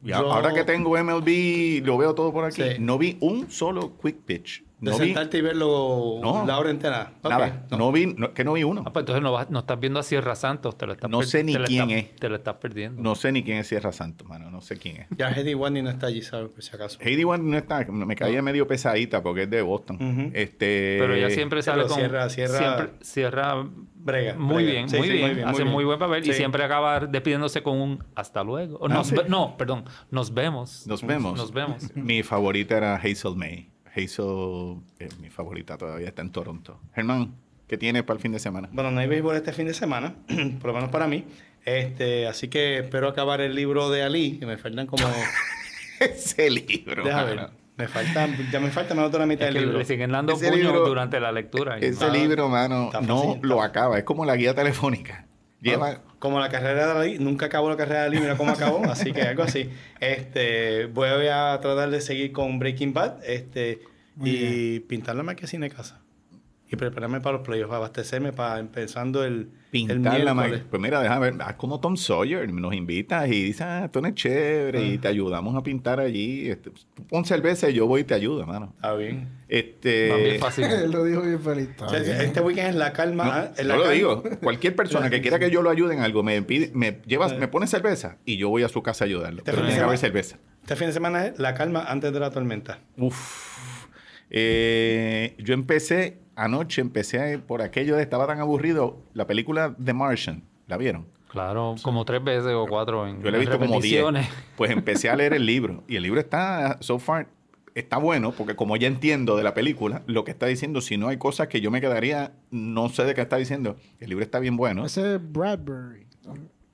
Speaker 1: Y a-
Speaker 2: Yo-
Speaker 1: Ahora que tengo MLB, lo veo todo por aquí.
Speaker 2: Sí.
Speaker 1: No vi un solo quick pitch.
Speaker 2: De
Speaker 1: No vi
Speaker 2: sentarte y verlo
Speaker 1: No.
Speaker 2: la hora entera. Ok,
Speaker 1: nada. No,
Speaker 2: no.
Speaker 1: vi, no- que no vi uno.
Speaker 3: Ah, pues entonces no, vas- no estás viendo a Sierra Santos, te lo estás
Speaker 1: No
Speaker 3: per-
Speaker 1: sé ni
Speaker 3: te lo
Speaker 1: quién
Speaker 3: estás-
Speaker 1: es.
Speaker 3: Te lo estás perdiendo.
Speaker 1: No sé ni quién es Sierra Santos, mano. No sé quién es.
Speaker 2: Ya Hedy Wandy no está allí, ¿sabes? Por si acaso.
Speaker 1: Heidi Wan no está, me caía medio pesadita porque es de Boston.
Speaker 2: Ujú.
Speaker 1: Este.
Speaker 3: Pero ella siempre
Speaker 2: sí,
Speaker 3: sale
Speaker 2: pero
Speaker 3: con.
Speaker 2: Sierra- Sierra-
Speaker 3: siempre- Sierra
Speaker 2: Brega.
Speaker 3: Muy
Speaker 2: brega.
Speaker 3: bien,
Speaker 2: Sí,
Speaker 3: muy,
Speaker 2: sí,
Speaker 3: bien. Hace
Speaker 2: bien.
Speaker 3: muy buen papel
Speaker 2: Sí.
Speaker 3: y siempre acaba despidiéndose con un hasta luego. O
Speaker 1: Ah,
Speaker 3: nos
Speaker 1: sí.
Speaker 3: ve- No, perdón, nos vemos.
Speaker 1: Nos vemos.
Speaker 3: Nos vemos.
Speaker 1: Mi favorita era Hazel May. Hazel, eh, mi favorita todavía está en Toronto. Germán, ¿qué tienes para el fin de semana?
Speaker 2: Bueno, no hay béisbol este fin de semana, por lo menos para mí. Este, así que espero acabar el libro de Ali, que me faltan como.
Speaker 1: Ese libro.
Speaker 2: Deja ver.
Speaker 1: mano.
Speaker 2: Me falta, ya me falta menos de la mitad
Speaker 3: Es que
Speaker 2: del libro.
Speaker 3: le siguen dando
Speaker 1: Ese
Speaker 3: puños
Speaker 1: libro-
Speaker 3: durante la lectura. y
Speaker 1: Ese
Speaker 3: nada.
Speaker 1: libro, mano,
Speaker 2: Está
Speaker 1: no
Speaker 2: fácil, está
Speaker 1: lo
Speaker 2: fácil. Ah,
Speaker 1: acaba. Es como la guía telefónica. Lleva.
Speaker 2: Como la carrera de Ali, nunca acabó la carrera de Ali, mira cómo acabó, así que algo así. Este, voy a tratar de seguir con Breaking Bad este,
Speaker 5: Muy
Speaker 2: y pintar la marquesina de casa. Y prepararme para los playoffs, abastecerme para empezando el, el
Speaker 1: Pintar la ma-
Speaker 2: miércoles.
Speaker 1: Pues mira, déjame ver. Ah, como Tom Sawyer nos invitas y dices, ah, tú eres chévere
Speaker 2: Ah.
Speaker 1: y te ayudamos a pintar allí. Este, tú pon cerveza y yo voy y te ayudo, mano.
Speaker 2: Está bien.
Speaker 1: Este,
Speaker 3: Más bien fácil.
Speaker 5: Él lo dijo bien feliz.
Speaker 2: O sea, este weekend es la calma.
Speaker 1: No,
Speaker 2: ah, es
Speaker 1: no
Speaker 2: la
Speaker 1: lo
Speaker 2: calma.
Speaker 1: digo. Cualquier persona que quiera que yo lo ayude en algo, me pide, me llevas,
Speaker 2: Sí.
Speaker 1: me pone cerveza y yo voy a su casa a ayudarlo.
Speaker 2: Eh. Te
Speaker 1: Pero tiene que
Speaker 2: felicito.
Speaker 1: haber cerveza.
Speaker 2: Este fin de semana es la calma antes de la tormenta.
Speaker 1: Uf. Eh, yo empecé anoche, empecé por aquello de estaba tan aburrido. La película The Martian, ¿la vieron?
Speaker 3: Claro, como tres veces o cuatro en
Speaker 1: Yo la he
Speaker 3: en
Speaker 1: visto como 10.
Speaker 3: repeticiones.
Speaker 1: Pues empecé a leer el libro. Y el libro está, so far, está bueno, porque como ya entiendo de la película, lo que está diciendo, si no hay cosas que yo me quedaría, no sé de qué está diciendo. El libro está bien bueno.
Speaker 5: Ese es Bradbury,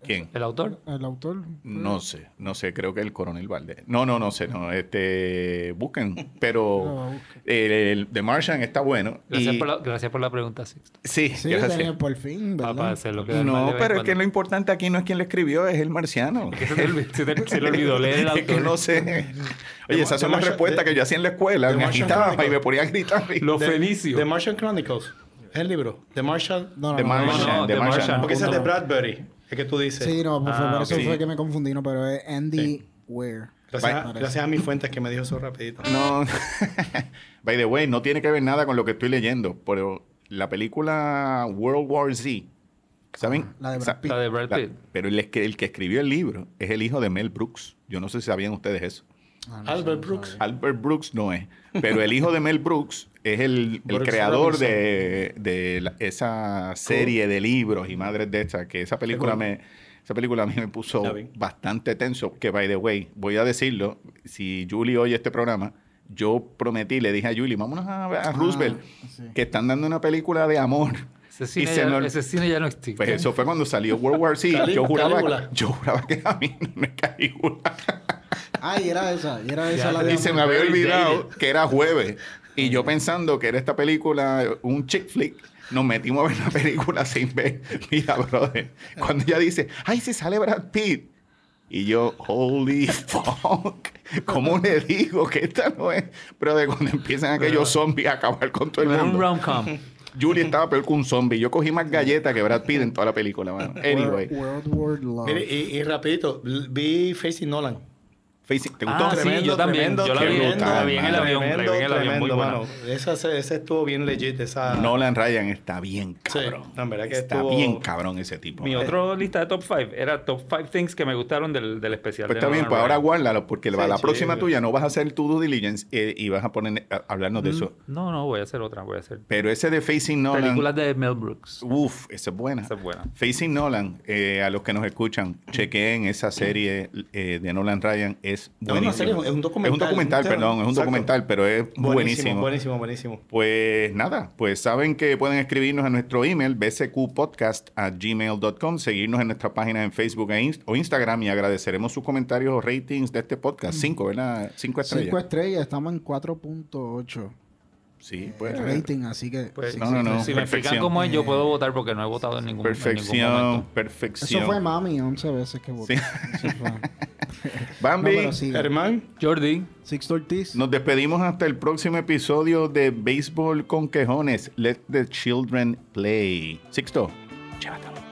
Speaker 1: ¿Quién?
Speaker 3: El autor.
Speaker 5: el autor. Mm.
Speaker 1: No sé, no sé, creo que el coronel Valdés. No, no, no sé, no, este, busquen,
Speaker 5: No,
Speaker 1: pero
Speaker 5: busquen.
Speaker 1: el, el The Martian está bueno.
Speaker 3: Gracias,
Speaker 1: y-
Speaker 3: por la, gracias por la pregunta, Sixto.
Speaker 1: Sí,
Speaker 5: Sí,
Speaker 1: gracias.
Speaker 5: tenía por fin,
Speaker 3: Ah,
Speaker 5: ¿verdad?
Speaker 3: para hacerlo quedar mal de
Speaker 1: No,
Speaker 3: vez
Speaker 1: pero es
Speaker 3: en
Speaker 1: que lo
Speaker 3: cuando.
Speaker 1: importante aquí no es quien le escribió, es el marciano.
Speaker 3: Que se te olvidó- se te- se le olvidó leer el
Speaker 1: Es que
Speaker 3: autor.
Speaker 1: no sé. Oye,
Speaker 2: The
Speaker 1: esas son
Speaker 2: Martian-
Speaker 1: las respuestas
Speaker 2: The-
Speaker 1: que yo hacía en la escuela.
Speaker 2: The
Speaker 1: Me
Speaker 2: Martian
Speaker 1: agitaba y
Speaker 2: Chronicle.
Speaker 1: me ponía a gritar.
Speaker 3: Los
Speaker 2: The-
Speaker 3: fenicios.
Speaker 2: The Martian Chronicles. Es el libro. The Martian.
Speaker 5: No, no,
Speaker 1: The
Speaker 5: no,
Speaker 3: no,
Speaker 1: Martian,
Speaker 3: no,
Speaker 1: The
Speaker 3: The
Speaker 1: Martian.
Speaker 3: Martian.
Speaker 2: Porque ese es
Speaker 3: no.
Speaker 2: de Bradbury. Es que tú dices.
Speaker 5: Sí, no, por, favor,
Speaker 3: Ah,
Speaker 5: por eso
Speaker 1: ok.
Speaker 5: fue que me confundí, no, pero es Andy Ware.
Speaker 2: Gracias, a,
Speaker 5: Parece.
Speaker 2: gracias a mis fuentes que me dijo eso rapidito.
Speaker 1: No. By the way, no tiene que ver nada con lo que estoy leyendo, pero la película World War Z, ¿saben?
Speaker 5: Ah, La de Brad
Speaker 1: Sa-
Speaker 5: Pitt.
Speaker 3: La de Brad
Speaker 1: La-
Speaker 3: Pitt.
Speaker 1: pero el, es- el que escribió el libro es el hijo de Mel Brooks. Yo no sé si sabían ustedes eso.
Speaker 5: Ah, no,
Speaker 2: Albert Brooks.
Speaker 1: Albert Brooks no es. Pero el hijo de Mel Brooks es el, el
Speaker 2: Brooks
Speaker 1: creador de, de la- esa serie de libros y madres de estas. Que esa película me. Esa película a mí me puso
Speaker 2: Está bien.
Speaker 1: bastante tenso. Que by the way, voy a decirlo. Si Julie oye este programa, yo prometí, le dije a Julie, vámonos a, a Roosevelt,
Speaker 5: sí.
Speaker 1: que están dando una película de amor.
Speaker 3: Ese
Speaker 1: Y
Speaker 3: cine,
Speaker 1: se me
Speaker 3: ya,
Speaker 1: ol-
Speaker 3: ese cine ya no existe.
Speaker 1: pues eso fue cuando salió World War Z.
Speaker 2: Calí-
Speaker 1: yo, juraba,
Speaker 2: Calígula.
Speaker 1: yo juraba que a mí no me Calígula.
Speaker 5: Ay, era esa, y era esa la de
Speaker 1: Y se me había olvidado que era jueves. Y yo pensando que era esta película, un chick flick, nos metimos a ver la película sin ver. Mira, brother. Cuando ella dice, ay, se sale Brad Pitt. Y yo, holy fuck. ¿Cómo le digo que esta no es? Pero de cuando empiezan aquellos zombies a acabar con todo el
Speaker 3: Era un
Speaker 1: mundo.
Speaker 3: rom-com.
Speaker 1: Julie estaba peor que un zombie. Yo cogí más galletas que Brad Pitt en toda la película, mano.
Speaker 5: World,
Speaker 1: Anyway.
Speaker 5: World War Love.
Speaker 2: Mire, y, y rapidito, l- vi Facing Nolan.
Speaker 1: Facing- ¿Te gustó?
Speaker 3: Ah, sí,
Speaker 2: Tremendo,
Speaker 3: yo también.
Speaker 2: tremendo,
Speaker 3: yo la vi,
Speaker 1: tremendo,
Speaker 3: la vi en el avión. la vi en el el avión, muy buena.
Speaker 2: Esa, se- esa estuvo bien legit, esa...
Speaker 1: Nolan Ryan está bien
Speaker 2: Sí,
Speaker 1: cabrón.
Speaker 2: no, en verdad que
Speaker 1: está
Speaker 2: estuvo-
Speaker 1: bien cabrón ese tipo. Pues
Speaker 3: Mi otra lista de top 5 era top 5 things que me gustaron del, del especial.
Speaker 1: Pues
Speaker 3: de
Speaker 1: está bien,
Speaker 3: Nolan
Speaker 1: pues ahora
Speaker 3: Ryan.
Speaker 1: guárdalo, porque la-
Speaker 2: Sí,
Speaker 1: la
Speaker 2: sí,
Speaker 1: próxima
Speaker 2: sí.
Speaker 1: tuya no vas a hacer tu due diligence eh, y vas a poner a- hablarnos de eso.
Speaker 3: Mm, No, no, voy a hacer otra, voy a hacer.
Speaker 1: Pero ese de Facing Nolan.
Speaker 3: Películas de Mel Brooks.
Speaker 1: Uf, esa es buena.
Speaker 3: Esa es buena.
Speaker 1: Facing Nolan, eh, a los que nos escuchan, chequeen esa serie eh, de Nolan Ryan. Es
Speaker 2: No, no,
Speaker 1: buenísimo.
Speaker 2: serie, es un
Speaker 1: Es
Speaker 2: documental,
Speaker 1: un documental,
Speaker 2: un tema.
Speaker 1: perdón. Es un
Speaker 2: Exacto.
Speaker 1: documental, pero es buenísimo.
Speaker 2: Buenísimo, buenísimo, buenísimo.
Speaker 1: Pues nada, pues saben que pueden escribirnos a nuestro email bcqpodcast@gmail.com, seguirnos en nuestra página en Facebook e Inst- o Instagram y agradeceremos sus comentarios o ratings de este podcast. Cinco, ¿verdad? Cinco estrellas.
Speaker 5: Cinco estrellas, estamos en 4.8
Speaker 1: sí,
Speaker 5: eh,
Speaker 1: pues.
Speaker 5: rating, así que
Speaker 3: Pues,
Speaker 5: sí,
Speaker 1: no,
Speaker 5: sí,
Speaker 1: no, no.
Speaker 5: sí.
Speaker 3: si me explican
Speaker 1: perfección.
Speaker 3: cómo es, yo puedo votar porque no he votado en ningún, en ningún
Speaker 1: Perfección,
Speaker 3: momento.
Speaker 1: perfección.
Speaker 5: Eso fue mami 11 veces que votó.
Speaker 1: Sí.
Speaker 5: Eso fue. No,
Speaker 1: Bambi.
Speaker 5: pero sí.
Speaker 2: Germán,
Speaker 3: Jordi,
Speaker 5: Sixto Ortiz.
Speaker 1: Nos despedimos hasta el próximo episodio de Béisbol con Quejones. Let the Children Play. Sixto, llévatelo.